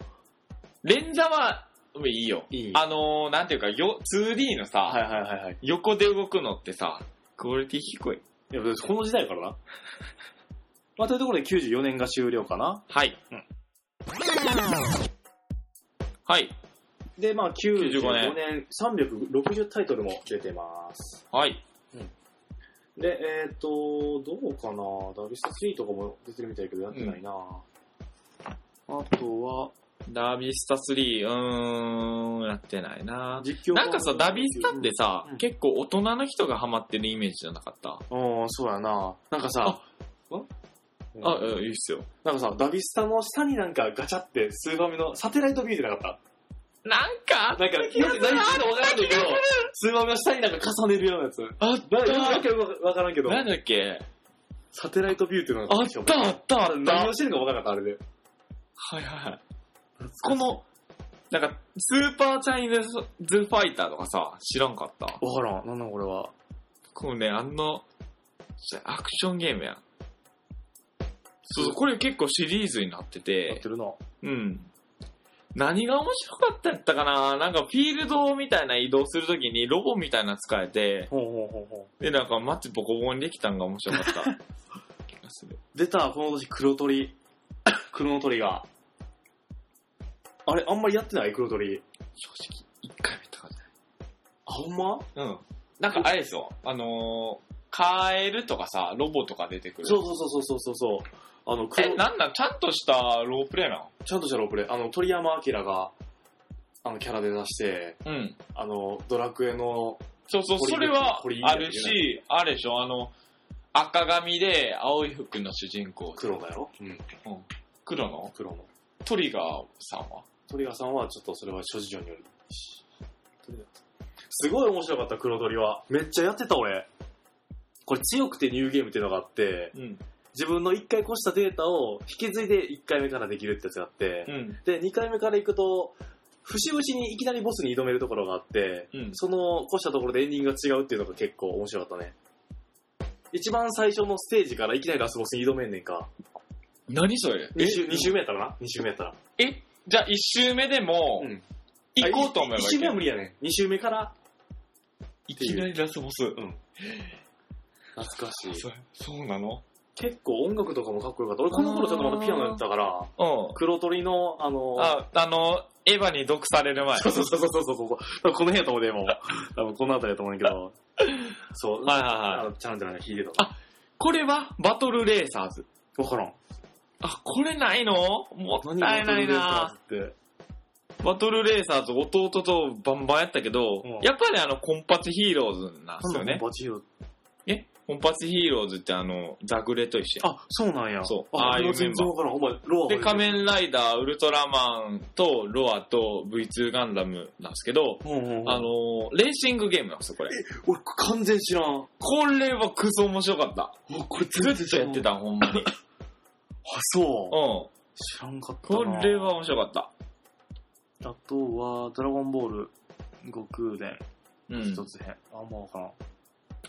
Speaker 1: 連座は、いいよ。
Speaker 2: いい
Speaker 1: あのー、なんていうか、よ 2D のさ、
Speaker 2: はいはいはいはい。
Speaker 1: 横で動くのってさ、クオリティ低い。
Speaker 2: いや、別にこの時代からな。まあ、というところで94年が終了かな。
Speaker 1: はい。
Speaker 2: うん
Speaker 1: はい。
Speaker 2: で、まあ、95
Speaker 1: 95
Speaker 2: 年、360タイトルも出てます。
Speaker 1: はい。
Speaker 2: で、えっ、と、どうかなダビスト3とかも出てるみたいけど、やってないな、あとは、
Speaker 1: ダービスタ3、うーん、やってないな
Speaker 2: 実況
Speaker 1: なんかさ、ダビスタってさ、
Speaker 2: うん
Speaker 1: 結構大人の人がハマってるイメージじゃなかった、
Speaker 2: うん、そうやななんかさ、うん
Speaker 1: あ、うん、いいっすよ。
Speaker 2: なんかさ、ダビスタの下になんかガチャって、スーファミのサテライトビューでなかっ
Speaker 1: なんかあ
Speaker 2: た
Speaker 1: っ
Speaker 2: なんか、
Speaker 1: た
Speaker 2: よ
Speaker 1: 気
Speaker 2: く
Speaker 1: がする
Speaker 2: 何言ってるか分からんけど、スーファミの下になんか重ねるようなやつ。
Speaker 1: あ
Speaker 2: な
Speaker 1: っ
Speaker 2: んかよく分からんけど
Speaker 1: た、なんだっけ
Speaker 2: サテライトビューっていうのが
Speaker 1: あっ
Speaker 2: った
Speaker 1: あったあった
Speaker 2: 何をしてるのか分からなかった、あれで。
Speaker 1: はいはいはい。この、なんか、スーパーチャイニーズファイターとかさ、知らんかった。
Speaker 2: 分からん。なんなんこれは。
Speaker 1: こうね、あの、アクションゲームやん。そうそう、これ結構シリーズになって、
Speaker 2: やっててるな。
Speaker 1: うん。何が面白かったやったかななんかフィールドみたいな移動するときにロボみたいなの使えて、
Speaker 2: ほうほうほうほ
Speaker 1: で、なんかマッチボコボコにできたんが面白
Speaker 2: (laughs)
Speaker 1: かった気がする。
Speaker 2: う。出た、この年、黒鳥。黒の鳥が。あれ、あんまりやってない黒鳥。
Speaker 1: 正直、一回見たかっ
Speaker 2: あ、ほんま
Speaker 1: た。うん。なんかあれですよ、あのー、カエルとかさ、ロボとか出てくる。
Speaker 2: そうそうそうそうそうそう。あの、
Speaker 1: え、
Speaker 2: 黒、
Speaker 1: なんなんちゃんとしたロープレイなの
Speaker 2: ちゃんとしたロープレイ。あの、鳥山明が、あの、キャラで出して、
Speaker 1: うん。
Speaker 2: あの、ドラクエの、
Speaker 1: そうそう、
Speaker 2: 堀
Speaker 1: そ
Speaker 2: 口
Speaker 1: れは
Speaker 2: 堀井
Speaker 1: ある
Speaker 2: じゃな
Speaker 1: し、あれでしょ、あの、赤髪で青い服の主人公。
Speaker 2: 黒だよ。うん。
Speaker 1: 黒の
Speaker 2: 黒の。
Speaker 1: トリガーさんは
Speaker 2: 鳥がさんは、ちょっとそれは諸事情によるし。鳥がさんすごい面白かった、黒鳥は。めっちゃやってた、俺。これ、強くてニューゲームっていうのがあって、
Speaker 1: うん。
Speaker 2: 自分の1回越したデータを引き継いで1回目からできるってやつがあって、
Speaker 1: うん。
Speaker 2: で、2回目から行くと、節々にいきなりボスに挑めるところがあって、
Speaker 1: うん。
Speaker 2: その越したところでエンディングが違うっていうのが結構面白かったね。一番最初のステージからいきなりラスボスに挑めんねんか。
Speaker 1: 何それ
Speaker 2: 2周二周目やったらな ?2 周目やったら。
Speaker 1: え、じゃあ一周目でも、
Speaker 2: ん。
Speaker 1: 行こうと思えば
Speaker 2: 1
Speaker 1: い
Speaker 2: 周
Speaker 1: け
Speaker 2: 目は無
Speaker 1: る。
Speaker 2: 理やねん。2周目から。
Speaker 1: いきなりラスボス。
Speaker 2: ん懐かしい。
Speaker 1: そそうなの
Speaker 2: 結構音楽とかもかっこよかった。俺この頃ちょっとまだピアノやってたから、
Speaker 1: う
Speaker 2: 黒鳥の、あの
Speaker 1: ん。、あ、あの、エヴァに毒される前。
Speaker 2: そうそうそうそうそうそう。多分この辺やと思うで、もう。多分この辺りやと思うんだけど。そう。
Speaker 1: はいはい
Speaker 2: あ
Speaker 1: はい。
Speaker 2: の、チャランチャラン弾いてた。
Speaker 1: これはバトルレーサーズ。
Speaker 2: わからん。
Speaker 1: あ、これないのもっ
Speaker 2: 何
Speaker 1: たい
Speaker 2: が
Speaker 1: ないな
Speaker 2: トルレースだって。
Speaker 1: バトルレーサーズ弟とバンバンやったけど、
Speaker 2: うん
Speaker 1: やっぱりあの、コンパチヒーローズなんですよね。
Speaker 2: バチヒロ
Speaker 1: えコンパチヒーローズってあの、ザグレと一緒や
Speaker 2: あ、そうなんや。
Speaker 1: そう
Speaker 2: あ、
Speaker 1: ああいう
Speaker 2: も全然わからん。お前、ロア
Speaker 1: で、仮面ライダー、ウルトラマンとロアと V2 ガンダムなんですけど、
Speaker 2: うんうんうん。
Speaker 1: あのーレーシングゲームなんですよ、これ。
Speaker 2: 俺、完全知らん。
Speaker 1: これはクソ面白かった。
Speaker 2: おこれ
Speaker 1: ずっとやって
Speaker 2: た。
Speaker 1: た、ほんまに。うん。
Speaker 2: あ、そう。知らんかったな。
Speaker 1: これは。面白かった。
Speaker 2: あとは、ドラゴンボール、悟空伝、
Speaker 1: うん
Speaker 2: 一。つ編。あんまわからん。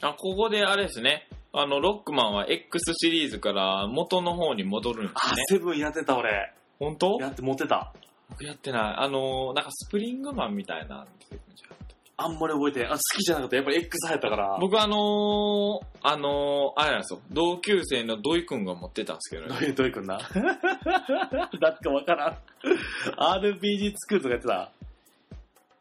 Speaker 1: あ、ここであれですね。あの、ロックマンは X シリーズから元の方に戻るんで
Speaker 2: あ
Speaker 1: す、ね。
Speaker 2: セブンやってた、俺。
Speaker 1: 本当
Speaker 2: やって、モテた。
Speaker 1: 僕やってない。あのー、なんかスプリングマンみたいなの出てくるんじゃなかっ
Speaker 2: あんまり覚えてないあ、好きじゃなかった。やっぱり X 入ったから
Speaker 1: た。僕あのー、あのー、あれなんですよ。同級生の土井くんが持ってたんですけど
Speaker 2: どう
Speaker 1: ね。
Speaker 2: いう、どういうくん (laughs) なだってわからん。RPG 作るとかやってた。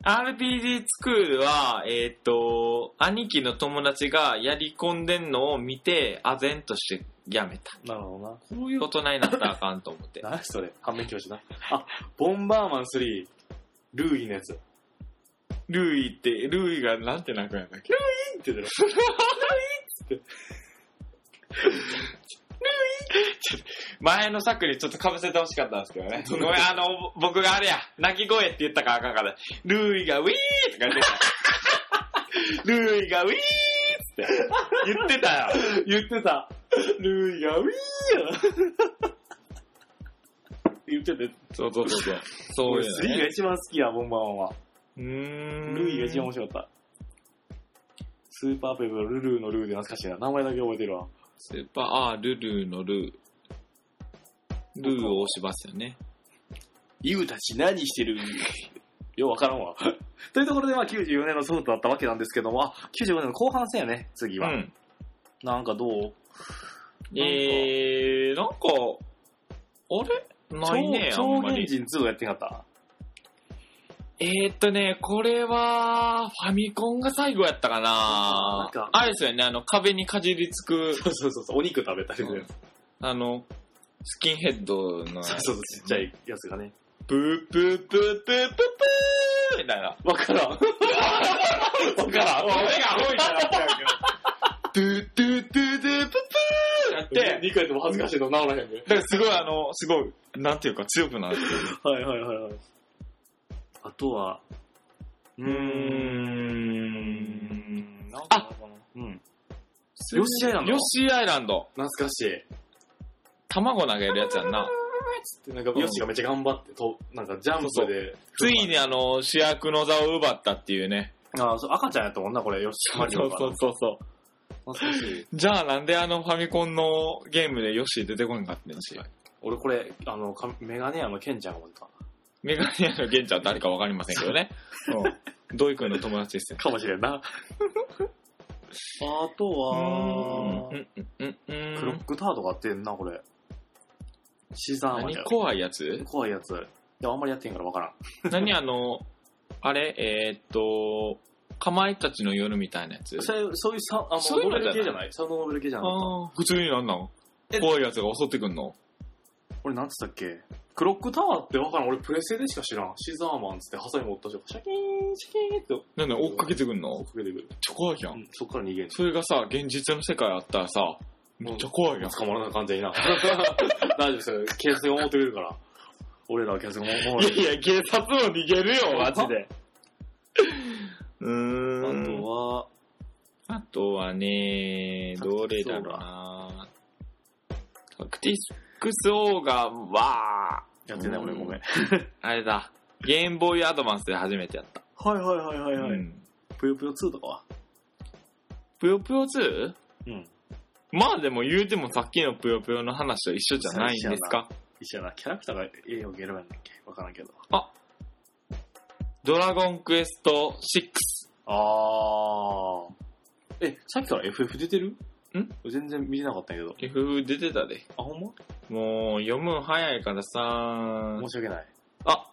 Speaker 1: RPG スクールは、えーっ、と、兄貴の友達がやり込んでんのを見て、唖然としてやめた。
Speaker 2: なるほどな。
Speaker 1: こういう大人になったらあかんと思 (laughs) って。
Speaker 2: 何それ反面教師な。あ、ボンバーマン3、ルーイのやつ。
Speaker 1: ルーイって、ルーイがなんてなくなるんだっけ
Speaker 2: って言ってる。
Speaker 1: 前の作にちょっと被せてほしかったんですけどね。ごめん、あの、僕があれや、泣き声って言ったからあかんから、ルーイがウィーとか言って (laughs) た。ルーイがウィーっつって言ってたよ。
Speaker 2: 言ってた。ルーイがウィーン言ってて。
Speaker 1: そうそうそうそう。そう
Speaker 2: 俺、
Speaker 1: いう
Speaker 2: ス
Speaker 1: の
Speaker 2: リー
Speaker 1: ね
Speaker 2: が一番好きや、ボンバーマンは。
Speaker 1: うーん。
Speaker 2: ルーイが一番面白かった。スーパーペブルルーのルーで懐かしいな。名前だけ覚えてるわ。
Speaker 1: スーパー、あー、ルルーのルー。ルーを押しますよね。
Speaker 2: ユウたち何してるようわからんわ。 (laughs) というところで、まあ94年のソフトだったわけなんですけども、あ、95年の後半戦やね、次
Speaker 1: う
Speaker 2: は。
Speaker 1: ん。
Speaker 2: なんかどう
Speaker 1: えー、なんか、あれないね、あ
Speaker 2: 超
Speaker 1: ん
Speaker 2: 超
Speaker 1: ま
Speaker 2: 原
Speaker 1: り。
Speaker 2: 人2をやってなかった。
Speaker 1: えー、っとね、これは、ファミコンが最後やったか
Speaker 2: なん
Speaker 1: な
Speaker 2: か
Speaker 1: あれですよね、あの、壁にかじりつく、
Speaker 2: そうそうそうそう、お肉食べたりするやつ。
Speaker 1: あの、スキンヘッドの、
Speaker 2: そうそうそう、ちっちゃいやつがね。
Speaker 1: ブープープープープープーみたいな。
Speaker 2: わか
Speaker 1: (laughs)
Speaker 2: らん。わからん。
Speaker 1: 俺が多
Speaker 2: (laughs)
Speaker 1: いなってやるけど。ドゥドゥドゥドゥプープーやって、
Speaker 2: 2回でも恥ずかしいの治らへん
Speaker 1: だ
Speaker 2: ね。
Speaker 1: からすごいあの、すごい、なんていうか強くなる。
Speaker 2: はいはいはいはい。あとは、うーん。なんかうん。ヨッシーアイランド
Speaker 1: ヨッシーアイランド。
Speaker 2: 懐かしい。
Speaker 1: 卵投げるやつやんな。
Speaker 2: でなんか、ヨッシーがめっちゃ頑張って、と、なんか、ジャンプで。
Speaker 1: ついにあの、主役の座を奪ったっていうね。
Speaker 2: あそう、赤ちゃんやったもんな、これ、ヨッシーマリオが。
Speaker 1: そうそう。
Speaker 2: 懐かしい。
Speaker 1: じゃあなんであのファミコンのゲームでヨッシー出てこんかってんし
Speaker 2: 確。俺、これ、あの、かメガネ屋のケンちゃんが持ってた。
Speaker 1: メガネ屋のゲンちゃん誰かわかりませんけど
Speaker 2: (laughs)
Speaker 1: ね。うん。ドイ君の友達ですよ。
Speaker 2: かもしれんな。あとは
Speaker 1: う、んうんうん
Speaker 2: クロックタートがあってんな、これ。シザーマン
Speaker 1: 何
Speaker 2: や。
Speaker 1: 怖いやつ
Speaker 2: 怖いやつ。でもあんまりやってんからわからん。
Speaker 1: 何あの、あれえーっと、かまいたちの夜みたいなやつ
Speaker 2: それそういうサあの
Speaker 1: そういう
Speaker 2: ノベ
Speaker 1: のじゃない
Speaker 2: ル系じゃないサノベル系じゃなかった。
Speaker 1: ああ、普通になんなん
Speaker 2: え
Speaker 1: 怖いやつが襲ってくんの
Speaker 2: 俺なんつったっけクロックタワーってわからん。俺プレステでしか知らん。シザーマンつってハサミ持った人がシャキーン、シャキーンって
Speaker 1: なんだ追っかけてくん
Speaker 2: 追っ
Speaker 1: の
Speaker 2: かけてくる。
Speaker 1: めっちゃ怖いや。
Speaker 2: うんん、そっから逃げん (laughs) の。
Speaker 1: それがさ、現実の世界あったらさ、めっちゃ怖いやん。
Speaker 2: 捕まらない完全にな。大丈夫ですよ。警察が守ってくれるから。俺らは警察が守る。 (laughs)
Speaker 1: いや、警察も逃げるよ
Speaker 2: マ (laughs) ジで。
Speaker 1: う
Speaker 2: あ
Speaker 1: ーん。
Speaker 2: とは、
Speaker 1: あとはね、どれだろうな。タクティクスオーガは、
Speaker 2: やってない俺ごめん。はい
Speaker 1: あれだ、ゲームボーイアドバンスで初めてやった。
Speaker 2: はいはいはいは
Speaker 1: う
Speaker 2: い。
Speaker 1: ん
Speaker 2: ぷよぷよ2とかは
Speaker 1: ぷよぷよ 2?
Speaker 2: うん。
Speaker 1: まあでも言うてもさっきのぷよぷよの話と一緒じゃないんですか
Speaker 2: 一緒やな。キャラクターが絵をゲルバやんだっけわからんけど。
Speaker 1: ドラゴンクエスト
Speaker 2: あー。え、さっきから FF 出てる
Speaker 1: ん
Speaker 2: 全然見てなかったけど。
Speaker 1: 6。FF 出てたで。
Speaker 2: あ、ほんま
Speaker 1: もう読むの早いからさ
Speaker 2: 申、し訳ない。
Speaker 1: あ、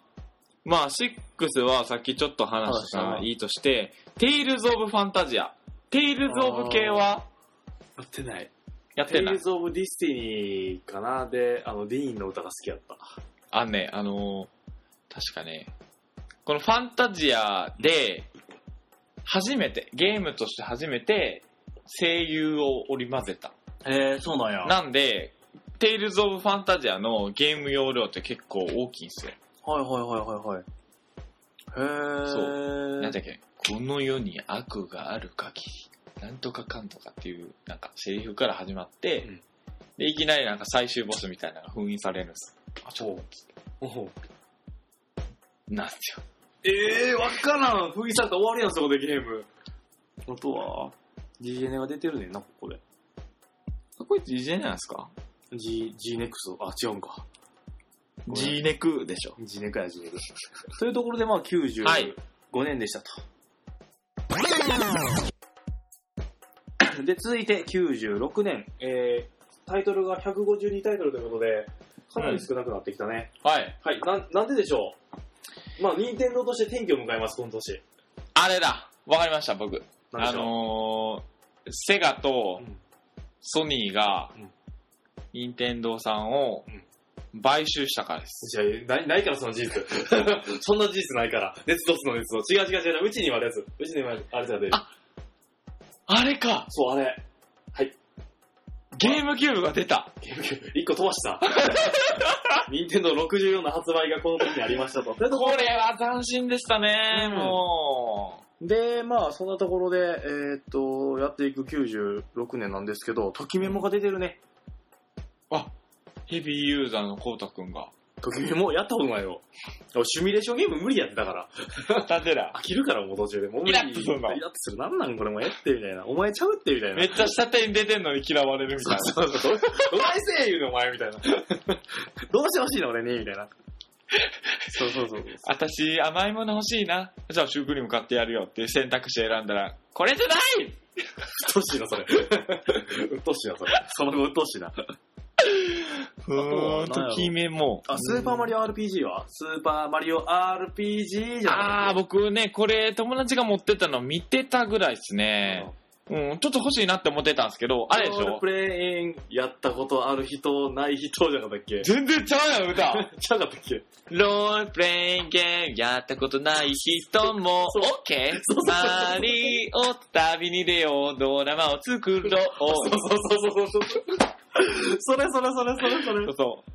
Speaker 1: まあ、6はさっきちょっと話した
Speaker 2: 話した
Speaker 1: ら
Speaker 2: ない
Speaker 1: いとして、テイルズ・オブ・ファンタジア。テイルズ・オブ系は
Speaker 2: やってない。
Speaker 1: やっ
Speaker 2: テ
Speaker 1: て
Speaker 2: イ
Speaker 1: ない
Speaker 2: ル。ズ・オブ・ディスティニーかなで、あの、ディーンの歌が好きやった。
Speaker 1: あのね、あのー確かね、このファンタジアで、初めて、ゲームとして初めて、声優を織り交ぜた。
Speaker 2: へえ、そうなんやはい
Speaker 1: なんで、テイルズ・オブ・ファンタジアのゲーム容量って結構大きいんですよ。
Speaker 2: はいはいはいはい。へえ。
Speaker 1: そなん
Speaker 2: う
Speaker 1: だっけこの世に悪がある限り、なんとかかんとかっていう、なんか、セリフから始まって、
Speaker 2: うん
Speaker 1: で、いきなりなんか最終ボスみたいなのが封印されるんです。
Speaker 2: あ、そう。
Speaker 1: なんですよ。
Speaker 2: ええー、わからん。封印されたら終わりやん、そこでゲーム。あとは、GN が出てるねんな、ここで。
Speaker 1: そこいつ G なんですか
Speaker 2: G、GNEX、あ、違うんか。
Speaker 1: ?G ネクでしょ。
Speaker 2: ジネク (laughs) やジネク。というところで、まあ、95
Speaker 1: はい
Speaker 2: 年でしたと。で、続いて96年、えー、タイトルが152タイトルということで、かなり少なくなってきたね。
Speaker 1: はい。
Speaker 2: はい、なん、なんででしょうまあ、任天堂として転機を迎えます、今年。
Speaker 1: あれだわかりました、僕。
Speaker 2: なんで
Speaker 1: あ
Speaker 2: しょ
Speaker 1: のー、セガと
Speaker 2: う、うん
Speaker 1: ソニーが
Speaker 2: うん、
Speaker 1: 任天堂さんを
Speaker 2: うん
Speaker 1: 買収したからです。
Speaker 2: じゃあない、ないから、その事実。 (laughs) そんな事実ないから。熱どすの熱ど違う違う違う。うちには熱。うちにはあれが出る
Speaker 1: あ。あれか
Speaker 2: そう、あれ。
Speaker 1: ゲームキューブが出た。
Speaker 2: 一個飛
Speaker 1: (laughs)
Speaker 2: ばした。任天堂64の発売がこの時にありましたと。
Speaker 1: これは斬新でしたね、
Speaker 2: うん
Speaker 1: も
Speaker 2: で、まあ、そんなところで、えーっと、やっていく96年なんですけど、ときメモが出てるね。
Speaker 1: う。ヘビーユーザーのコウタくんが。
Speaker 2: ときメモやったことないよ。俺シミュレーションゲーム無理やってたから。
Speaker 1: 立てら。
Speaker 2: 飽きるからもう途中で。もう無理
Speaker 1: イラッとするの
Speaker 2: イラッとする。なんなんこれもうええってみたいな。お前ちゃうってみたいな。
Speaker 1: めっちゃ下手に出てんのに嫌われるみたいな。
Speaker 2: そうそう。どないせえ言うのお前みたいな。どうしてほしいの俺にみたいな。そうそうそう。
Speaker 1: 私、甘いもの欲しいな。じゃあシュークリーム買ってやるよっていう選択肢選んだら、これじゃない
Speaker 2: 鬱陶しいな、それ。鬱陶しいな、それ。その後鬱陶しいな。
Speaker 1: ふ
Speaker 2: ーん
Speaker 1: ときめも。
Speaker 2: あ、スーパーマリオ RPG はスーパーマリオ RPG じゃ
Speaker 1: ああ、
Speaker 2: 僕。
Speaker 1: 僕ね、これ友達が持ってたの見てたぐらいですね。うん、ちょっと欲しいなって思ってたんですけど、あれでし
Speaker 2: ロール
Speaker 1: ょ
Speaker 2: プレインやったことある人、ない人じゃなかったっ (laughs) け
Speaker 1: 全然ちゃうやん、歌。
Speaker 2: (laughs) ちゃなかったっけ
Speaker 1: ロールプレイングゲームやったことない人も
Speaker 2: そう
Speaker 1: OK
Speaker 2: そうそうそう
Speaker 1: マリオ旅に出ようドラマを作ろ
Speaker 2: そう
Speaker 1: う
Speaker 2: そうそうそうそう。それそれそれそれそれ
Speaker 1: そう。そう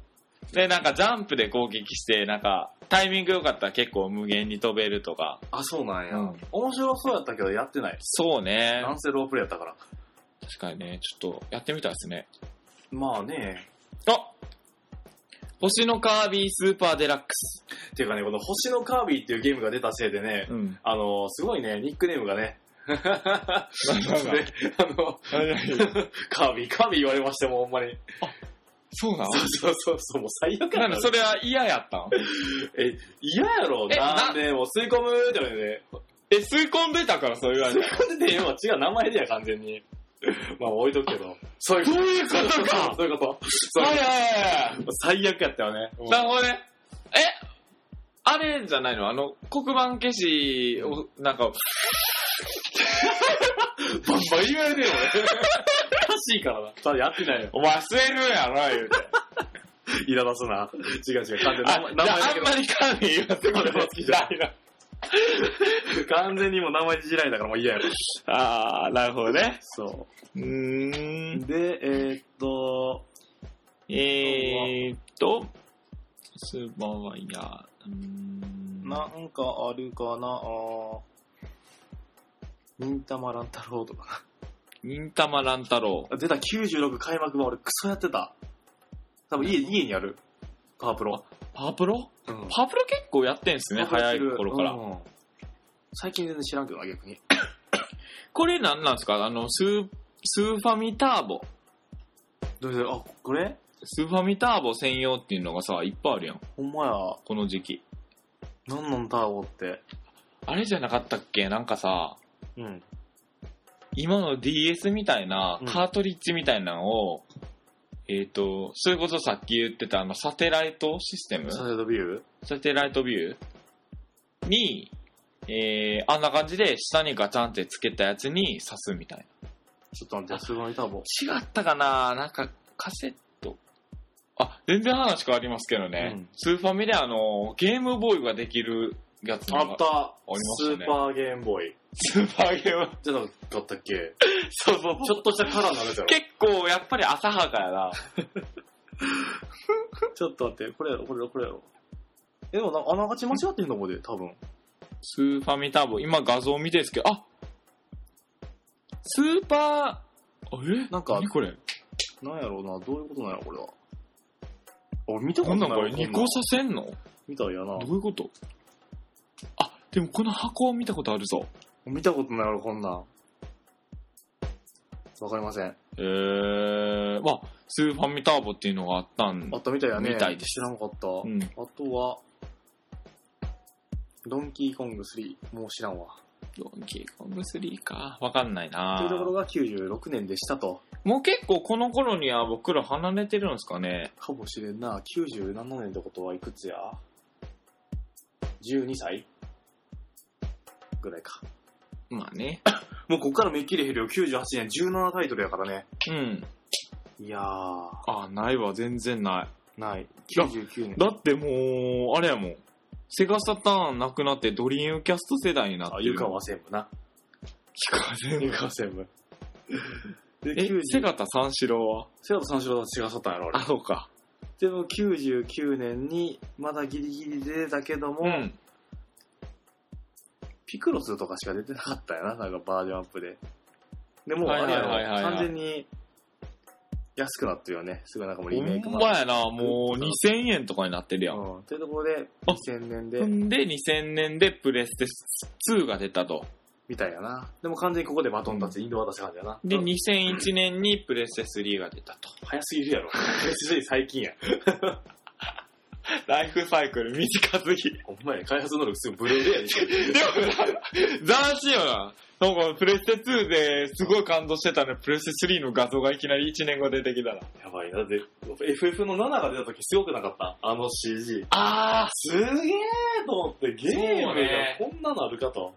Speaker 1: でなんかジャンプで攻撃してなんかタイミング良かったら結構無限に飛べるとか
Speaker 2: あ、そうなんや。
Speaker 1: うん
Speaker 2: 面白そうやったけどやってない。
Speaker 1: そうね
Speaker 2: なんせロープレイやったから。
Speaker 1: 確かにねちょっとやってみたいですね
Speaker 2: まあね。
Speaker 1: あ星のカービィスーパーデラックス、
Speaker 2: っていうかね、この星のカービィっていうゲームが出たせいでね、
Speaker 1: うん、
Speaker 2: あの、すごいね、ニックネームがね。ねあ (laughs) の、カービィ、カービィ言われましても、ほんまに。
Speaker 1: (laughs) そうなの
Speaker 2: そうそうそう、もう最悪や
Speaker 1: なん
Speaker 2: な
Speaker 1: で。それは嫌やったん
Speaker 2: え、嫌やろ、
Speaker 1: えな
Speaker 2: なんで、もう吸い込むって言われてね。
Speaker 1: え吸い込んでたからそう言われた
Speaker 2: 吸い込んでて、今違う名前でや、完全に。 (laughs) まあ置いとくけど。そういう
Speaker 1: そういうことか
Speaker 2: そういうこと。そう
Speaker 1: はいはいはいはい
Speaker 2: 最悪やったよね。
Speaker 1: なるほどね。えあれじゃないのあの、黒板消しを、なんか、
Speaker 2: バンバン言われてるよね。おかしいからな。ただやってないよ。
Speaker 1: お前忘れるやろ、言うて。
Speaker 2: イラ出すな。違う違う。完全に
Speaker 1: あ、じ
Speaker 2: 名前名
Speaker 1: ゃああ
Speaker 2: 前だけ
Speaker 1: ん
Speaker 2: ど
Speaker 1: まりカービィ言わせてもらってきじゃないな。
Speaker 2: 完全にもう名前いじられたからもう嫌やろ。
Speaker 1: あー、なるほどね。
Speaker 2: そうう。
Speaker 1: ーん。
Speaker 2: で、えーっと、
Speaker 1: えーっと、スーパーワイヤー。うーん
Speaker 2: なんかあるかなあー忍たま乱太郎とか。
Speaker 1: 忍たま乱太郎。
Speaker 2: 出た96開幕版俺クソやってた。多分家家にある。パワープロ。
Speaker 1: パープロ
Speaker 2: うん
Speaker 1: パープロ結構やってんすね、
Speaker 2: パワ
Speaker 1: 早
Speaker 2: ー
Speaker 1: い
Speaker 2: プロやってる
Speaker 1: 頃から。
Speaker 2: うん最近全然知らんけどな、逆に。
Speaker 1: これなんなんですかあの、スー、スーファミターボ。
Speaker 2: どうせ、あ、これ
Speaker 1: スーファミターボ専用っていうのがさ、いっぱいあるやん。
Speaker 2: ほんまや。
Speaker 1: この時期。
Speaker 2: なんなんターボって。
Speaker 1: あれじゃなかったっけなんかさ、
Speaker 2: うん。
Speaker 1: 今の DS みたいな
Speaker 2: うん
Speaker 1: カートリッジみたいなのを、えっ、と、それこそさっき言ってたあのサテライトシステム
Speaker 2: サ
Speaker 1: サ
Speaker 2: イドビュー
Speaker 1: テライトビューに、えー、あんな感じで下にガチャンってつけたやつに刺すみたい
Speaker 2: ちょっと待って、すごいターボ。
Speaker 1: な。違ったかななんかカセット。あ、全然話変わりますけどね。
Speaker 2: うん
Speaker 1: スーファミであの、ゲームボーイができるやつの
Speaker 2: あった
Speaker 1: りまし
Speaker 2: ス
Speaker 1: たね
Speaker 2: ーパーゲームボーイ。
Speaker 1: スーパーゲー (laughs) ム。
Speaker 2: じゃなかったっけ
Speaker 1: そうそう
Speaker 2: ちょっとしたカラーになるじゃろ。
Speaker 1: 結構、やっぱり浅はかやな。
Speaker 2: ちょっと待って、これやろ、これやろ、これやろ。え、でもなんか、あながち間違ってんのこれ、多分。
Speaker 1: スーファミターボ、今画像見てるんですけど、あスーパー、え
Speaker 2: なんか
Speaker 1: 何これ
Speaker 2: なんやろうな、どういうことなんやろ、これは。あ、見たこ
Speaker 1: ことん
Speaker 2: な
Speaker 1: ないん
Speaker 2: わ
Speaker 1: これ
Speaker 2: こんなん
Speaker 1: ?2 個させんの
Speaker 2: みたいやな
Speaker 1: ど。ういうことあ、でもこの箱を見たことあるぞ。
Speaker 2: 見たことないわこんなん。わかりません。
Speaker 1: えー、まあ、スーファミターボっていうのがあったん
Speaker 2: あったみたいやね。
Speaker 1: みたいです
Speaker 2: 知らなかった。
Speaker 1: うん。
Speaker 2: あとは、ドンキーコング3。もう知らんわ。
Speaker 1: ドンキーコング3か。わかんない
Speaker 2: というところ
Speaker 1: な
Speaker 2: が96年でしたと。
Speaker 1: もう結構この頃には僕ら離れてるんですかね。
Speaker 2: かもしれんな。97年ってことはいくつや ?12 歳ぐらいか。
Speaker 1: まあね。
Speaker 2: もうこっからめっきり減るよ。98年17タイトルやからね。
Speaker 1: うん。
Speaker 2: いやー、
Speaker 1: あ、ないわ。全然ない。
Speaker 2: ない。99年。
Speaker 1: だってもう、あれやもん。セガサターンなくなってドリームキャスト世代になって
Speaker 2: あ、
Speaker 1: る。
Speaker 2: 湯川専務な。
Speaker 1: ゆかわせん
Speaker 2: 湯川専務。で、
Speaker 1: え、
Speaker 2: 90
Speaker 1: セガタ三四郎は
Speaker 2: 瀬戸三四郎と違うったんやろ、あ
Speaker 1: あ、
Speaker 2: れ。
Speaker 1: そうか。
Speaker 2: でも99年に、まだギリギリでだけども、
Speaker 1: うん。
Speaker 2: ピクロスとかしか出てなかったよな、なんかバージョンアップで。でもう、
Speaker 1: はい
Speaker 2: あ
Speaker 1: は
Speaker 2: れ
Speaker 1: い
Speaker 2: やろ
Speaker 1: はいはいはい
Speaker 2: 完全に安くなってるよね。すぐなんかもうリメイク
Speaker 1: ほん
Speaker 2: も
Speaker 1: まやな、もう2000円とかになってるやん。
Speaker 2: うん。というところで、
Speaker 1: あ
Speaker 2: 2000年
Speaker 1: ほ
Speaker 2: で、
Speaker 1: んで、2000年でプレステ2が出たと。
Speaker 2: みたいやな。でも完全にここでバトンタッチ、インド渡した感じやな。
Speaker 1: で、
Speaker 2: うん
Speaker 1: 2001年にプレステ3が出たと。
Speaker 2: 早すぎ
Speaker 1: (laughs)
Speaker 2: るやろ。別に最近や。
Speaker 1: ライフサイクル短すぎ。
Speaker 2: ほんまや、開発能力すごいブレードやね
Speaker 1: (laughs) でもな、斬新よな。なんか、プレステ2ですごい感動してたのに、プレステ3の画像がいきなり1年後出てきたら。
Speaker 2: やばいな。で、FF の7が出た時すごくなかったあの CG。
Speaker 1: あ
Speaker 2: すげえと思って、ゲー
Speaker 1: そう
Speaker 2: ム
Speaker 1: ね
Speaker 2: がこんなのあるかと。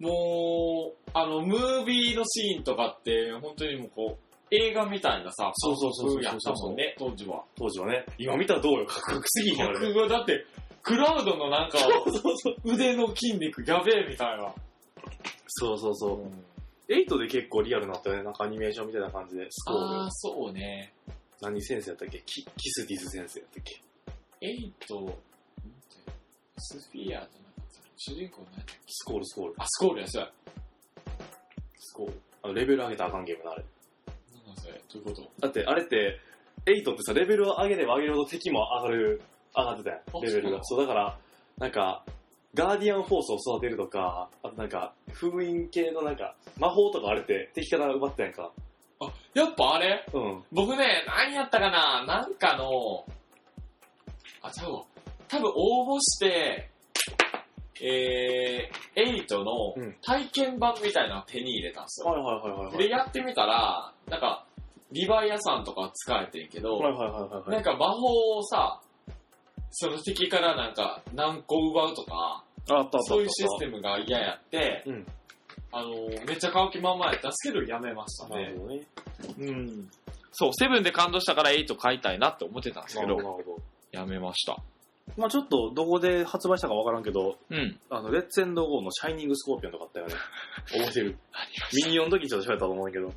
Speaker 1: ー、もう、あの、ムービーのシーンとかって、本当にもうこう、映画みたいなさ、
Speaker 2: そうそうそうそう
Speaker 1: やったもんね、当時は。
Speaker 2: 当時はね。今見たらどうよ、カクカクすぎひんあれ。
Speaker 1: 僕はだって、クラウドのなんか、
Speaker 2: そうそう。
Speaker 1: 腕の筋肉やべえみたいな。
Speaker 2: そうそうそう。8で結構リアルになったよね。なんかアニメーションみたいな感じで。スコー
Speaker 1: あ
Speaker 2: ル
Speaker 1: あ、。そうね。
Speaker 2: 何先生やったっけキキスディス先生やったっけ
Speaker 1: エイト、なんてスフィアじゃなかった。主人公何やったっけ
Speaker 2: スコールスコール。
Speaker 1: あ、スコールや、そうや。
Speaker 2: スコール。あの、レベル上げたらあかんゲームな、あれ。
Speaker 1: なんなんそれ、どういうこと
Speaker 2: だって、あれって、8ってさ、レベルを上げれば上げるほど敵も上がる、上がってたや。
Speaker 1: そうん
Speaker 2: レベルが。そう、だから、なんか、ガーディアンフォースを育てるとか、あとなんか、封印系のなんか、魔法とかあれって敵から奪ってたやんか。
Speaker 1: やっぱあれ
Speaker 2: うん。
Speaker 1: 僕ね、何やったかななんかの、あ、ちゃうわ。多分応募して、えー、エイトの
Speaker 2: うん
Speaker 1: 体験版みたいなのを手に入れたんですよ。
Speaker 2: はいはいはいはい。
Speaker 1: で、やってみたら、なんか、リヴァイアさんとかは使えてんけど、
Speaker 2: はいはいはいはい
Speaker 1: な。んか魔法をさ、その敵からなんか何個奪うとか、
Speaker 2: あったあ
Speaker 1: そういうシステムが嫌やって、
Speaker 2: うん
Speaker 1: あの、めっちゃ買う気満々やったんですけど、やめました
Speaker 2: な
Speaker 1: ね。
Speaker 2: るほどね。
Speaker 1: うん。そう、セブンで感動したからエイト買いたいなって思ってたんです
Speaker 2: な
Speaker 1: け
Speaker 2: るほ
Speaker 1: ど
Speaker 2: ど、なるほ
Speaker 1: やめました。
Speaker 2: ど。まあちょっと、どこで発売したかわからんけど、
Speaker 1: うん。
Speaker 2: あの、レッツエンド GO のシャイニングスコーピオンとかあった (laughs) よね。覚えてる。ミニオンの時ちょっと喋ったと思うんだけど。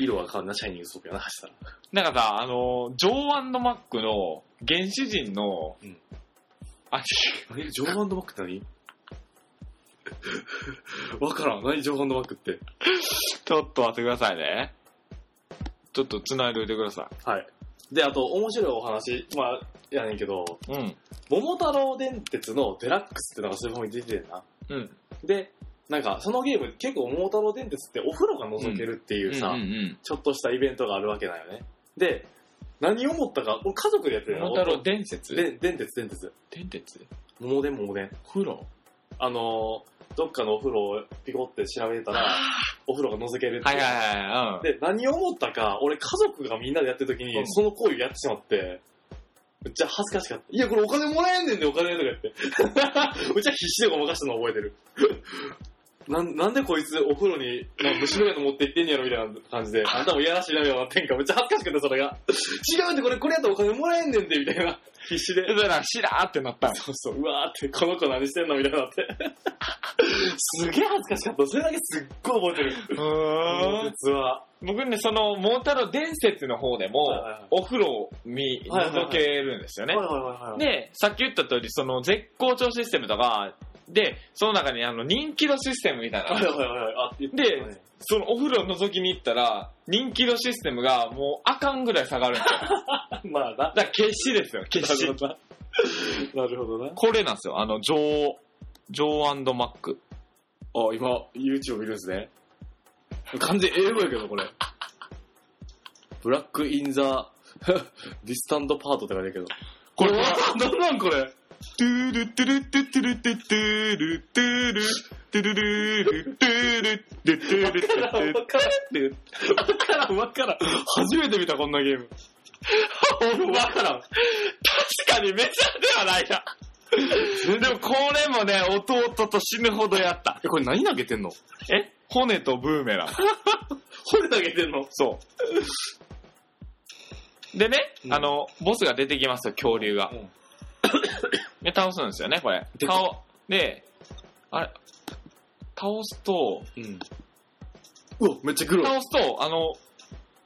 Speaker 2: 色は変わんな、シャイニングスコーピオンな、走ったら。
Speaker 1: なんかさ、あの、ジョーアンドマックの原始人の、
Speaker 2: うん
Speaker 1: あ、
Speaker 2: 何ジョーハンドバックって何わからん。何ジョーハンドバックって。
Speaker 1: ちょっと待ってくださいね。ちょっと繋いでおいてくださ
Speaker 2: はい。で、あと、面白いお話、まあ、やねんけど、
Speaker 1: い。うん。
Speaker 2: 桃太郎電鉄のデラックスってのがそういう本に出てるな。
Speaker 1: うん。
Speaker 2: で、なんか、そのゲーム、結構桃太郎電鉄ってお風呂が覗けるっていうさ、
Speaker 1: うんうん
Speaker 2: ちょっとしたイベントがあるわけだよね。で、何を思ったか、俺家族でやって
Speaker 1: うん。
Speaker 2: るの。
Speaker 1: 桃太郎伝説
Speaker 2: で電鉄、電鉄。
Speaker 1: 電鉄
Speaker 2: 桃電、桃電。
Speaker 1: 風呂
Speaker 2: あのー、どっかのお風呂をピコって調べてたら、お風呂が覗けるって
Speaker 1: は
Speaker 2: いう
Speaker 1: いはいはいはい。
Speaker 2: で、何を思ったか、俺家族がみんなでやってる時に
Speaker 1: う、ん
Speaker 2: その行為をやってしまって、めっちゃ恥ずかしかった。いや、これお金もらえんねんで、お金とか言って。 (laughs) うちは必死でごまかしたの覚えてる。 (laughs) なんなんでこいつお風呂になんか虫のと持って行ってんねやろみたいな感じ (laughs) で、あんたもいやらしいなみたいなってんか、めっちゃ恥ずかしくて、それが。違うんで、これ、これやったらお金もらえんねんで、みたいな。必死で
Speaker 1: で、。だから、しらーってなったん
Speaker 2: そうそう、うわーって、この子何してんのみたいになって。 (laughs) すげえ恥ずかしかった。それだけすっごい覚えてる。実は。
Speaker 1: 僕ね、その、桃太郎伝説の方で
Speaker 2: はい
Speaker 1: も
Speaker 2: はいはい、
Speaker 1: お風呂に覗けるんですよね。
Speaker 2: はいはい
Speaker 1: で、さっき言った通り、その、絶好調システムとか、で、その中に、あの、人気度システムみたい
Speaker 2: はい
Speaker 1: (laughs) な。
Speaker 2: はいはいはい。あ、言って
Speaker 1: で
Speaker 2: たね
Speaker 1: その、お風呂覗きに行ったら、人気度システムが、もう、あかんぐらい下 (laughs) がるんですよ。
Speaker 2: (laughs) まあ
Speaker 1: だ
Speaker 2: な。
Speaker 1: から、決死ですよ、決死。
Speaker 2: (laughs) なるほどな。
Speaker 1: これなんですよ、あの、ジョー、ジョーマック。
Speaker 2: あ、今、YouTube 見るんですね。完全英語やけど、これ。ブラックイン (laughs) ザ、ディスタンドパートって書いてあるけど。
Speaker 1: こ (laughs) れ、
Speaker 2: なんなんこれ
Speaker 1: トゥルトゥルトゥトゥルトゥトゥルトゥルトゥルルルトゥルトゥルトゥルトゥルトゥル
Speaker 2: わからん、わからん。初めて見た、こんなゲーム。わからん。
Speaker 1: 確かにめちゃではない (laughs) な。でもこれもね、弟と死ぬほどやった。
Speaker 2: え、これ何投げてんの
Speaker 1: え骨とブーメラン。
Speaker 2: 骨投げてんの
Speaker 1: そう。でね、
Speaker 2: うん
Speaker 1: あの、ボスが出てきますよ、恐竜が。で、倒すんですよね、これ。
Speaker 2: で
Speaker 1: 倒、で、あれ、倒すと、
Speaker 2: うん。
Speaker 3: うわ、めっちゃ黒い。
Speaker 1: 倒すと、あの、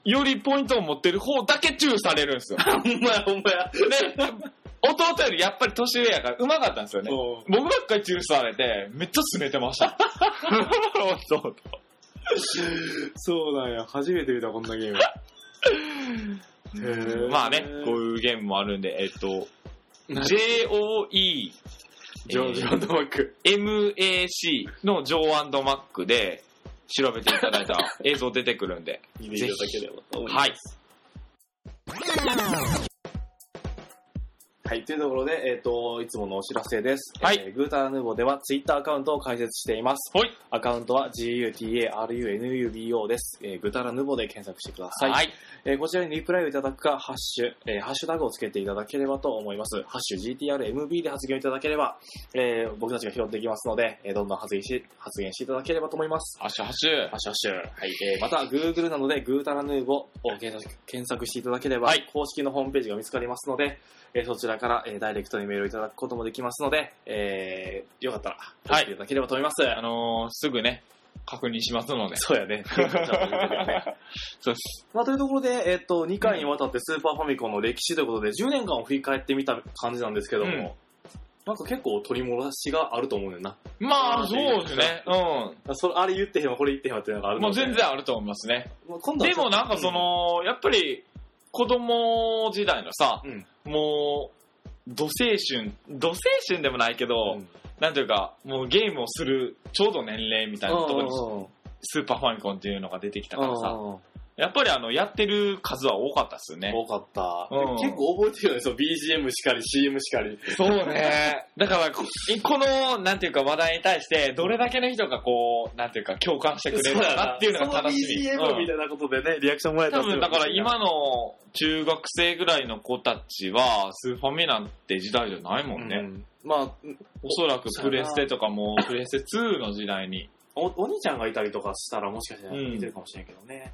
Speaker 1: よりポイントを持ってる方だけチューされるんですよ。
Speaker 2: ほんまや、ほんまや。
Speaker 1: で、弟よりやっぱり年上やから、うまかったんですよね。
Speaker 2: う
Speaker 1: 僕ばっかりチューされて、めっちゃ拗ねてま
Speaker 2: (laughs)
Speaker 1: した。弟
Speaker 2: んそうなんや。初めて見た、こんなゲーム。へー
Speaker 1: まあね、こういうゲームもあるんで、えっと、JOE、
Speaker 2: ジョージアンドマック。
Speaker 1: MAC のジョーマックで調べていただいた
Speaker 2: (laughs)
Speaker 1: 映像出てくるんで。
Speaker 2: 見ていただければと思います。
Speaker 1: はい。
Speaker 2: はい、というところで、えっ、と、いつものお知らせです。
Speaker 1: はい
Speaker 2: えーグータラヌーボーではツイッターアカウントを開設しています。
Speaker 1: はい。
Speaker 2: アカウントは GUTARUNUBO です。えーグータラヌーボーで検索してください。
Speaker 1: はい。
Speaker 2: えーこちらにリプライをいただくか、ハッシュ、えーハッシュタグをつけていただければと思います。ハッシュ GTRMB で発言いただければ、えー僕たちが拾っていきますので、えーどんどん発言し、発言していただければと思います。
Speaker 1: ハッシュハッシュ
Speaker 2: ハッ。シュハッシュ。はい。えー、また、Google なので、グータラヌーボを検索検索していただければ、
Speaker 1: はい
Speaker 2: 公式のホームページが見つかりますので、えーそちらから、えーダイレクトにメールをいただくこともできますので、えー、よかったら、
Speaker 1: はい
Speaker 2: いただければと思います。
Speaker 1: あのー、すぐね、確認しますので。
Speaker 2: そうやね。
Speaker 1: (laughs) そうです。
Speaker 2: まあ、というところで、えっ、と、2回にわたってスーパーファミコンの歴史ということで、10年間を振り返ってみた感じなんですけども、
Speaker 1: うん
Speaker 2: なんか結構取り戻しがあると思うねんだよ
Speaker 1: まあ、そうですね。
Speaker 2: な。それあれ言ってへんわ、これ言ってへんわっていうのがあ
Speaker 1: う
Speaker 2: る
Speaker 1: ん。も
Speaker 2: の
Speaker 1: う
Speaker 2: で。
Speaker 1: 全然あると思いますね。
Speaker 2: まあ。今度は
Speaker 1: で
Speaker 2: ちょっ
Speaker 1: も
Speaker 2: と
Speaker 1: なんかそ、の、やっぱり、子供時代のさ、
Speaker 2: うん
Speaker 1: もう、土青春、土青春でもないけど、
Speaker 2: うん
Speaker 1: なんていうか、もうゲームをするちょうど年齢みたいなところに、スーパーファミコンっていうのが出てきたからさ、
Speaker 2: うん
Speaker 1: やっぱりあの、やってる数は多かったっすよね。
Speaker 2: 多かった。
Speaker 1: うん
Speaker 2: 結構覚えてるよね、その BGM しかり、CM しかり。
Speaker 1: そうね。 (laughs) だから、ここの、なんていうか話題に対して、どれだけの人がこう、なんていうか共感してくれるのかなっていうのが楽しみ。
Speaker 2: その BGM みたいなことでね、リアクションもら
Speaker 1: う
Speaker 2: え
Speaker 1: ん多
Speaker 2: たらすご
Speaker 1: 分
Speaker 2: い
Speaker 1: だから
Speaker 2: 嬉しいな、
Speaker 1: 今の中学生ぐらいの子たちは、スーファミなんて時代じゃないもんね。
Speaker 2: うんまあ、
Speaker 1: おそらくプレステとかも、プレステ2の時代に。
Speaker 2: お、お兄ちゃんがいたりとかしたらもしかした
Speaker 1: う
Speaker 2: ら
Speaker 1: ん
Speaker 2: 見てるかもしれんけどね。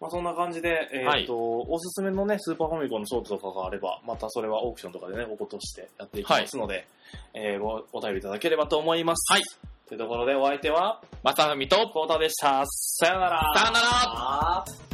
Speaker 2: まあそんな感じで、えーっ、
Speaker 1: はい
Speaker 2: と、おすすめのね、スーパーファミコンのショートとかがあれば、またそれはオークションとかでね、おとしてやっていきますので、えーご、お便りいただければと思います。
Speaker 1: はい。
Speaker 2: というところでお相手は、
Speaker 1: まさふみと、
Speaker 2: ポーターでした。さよなら。
Speaker 1: さよなら
Speaker 2: ら。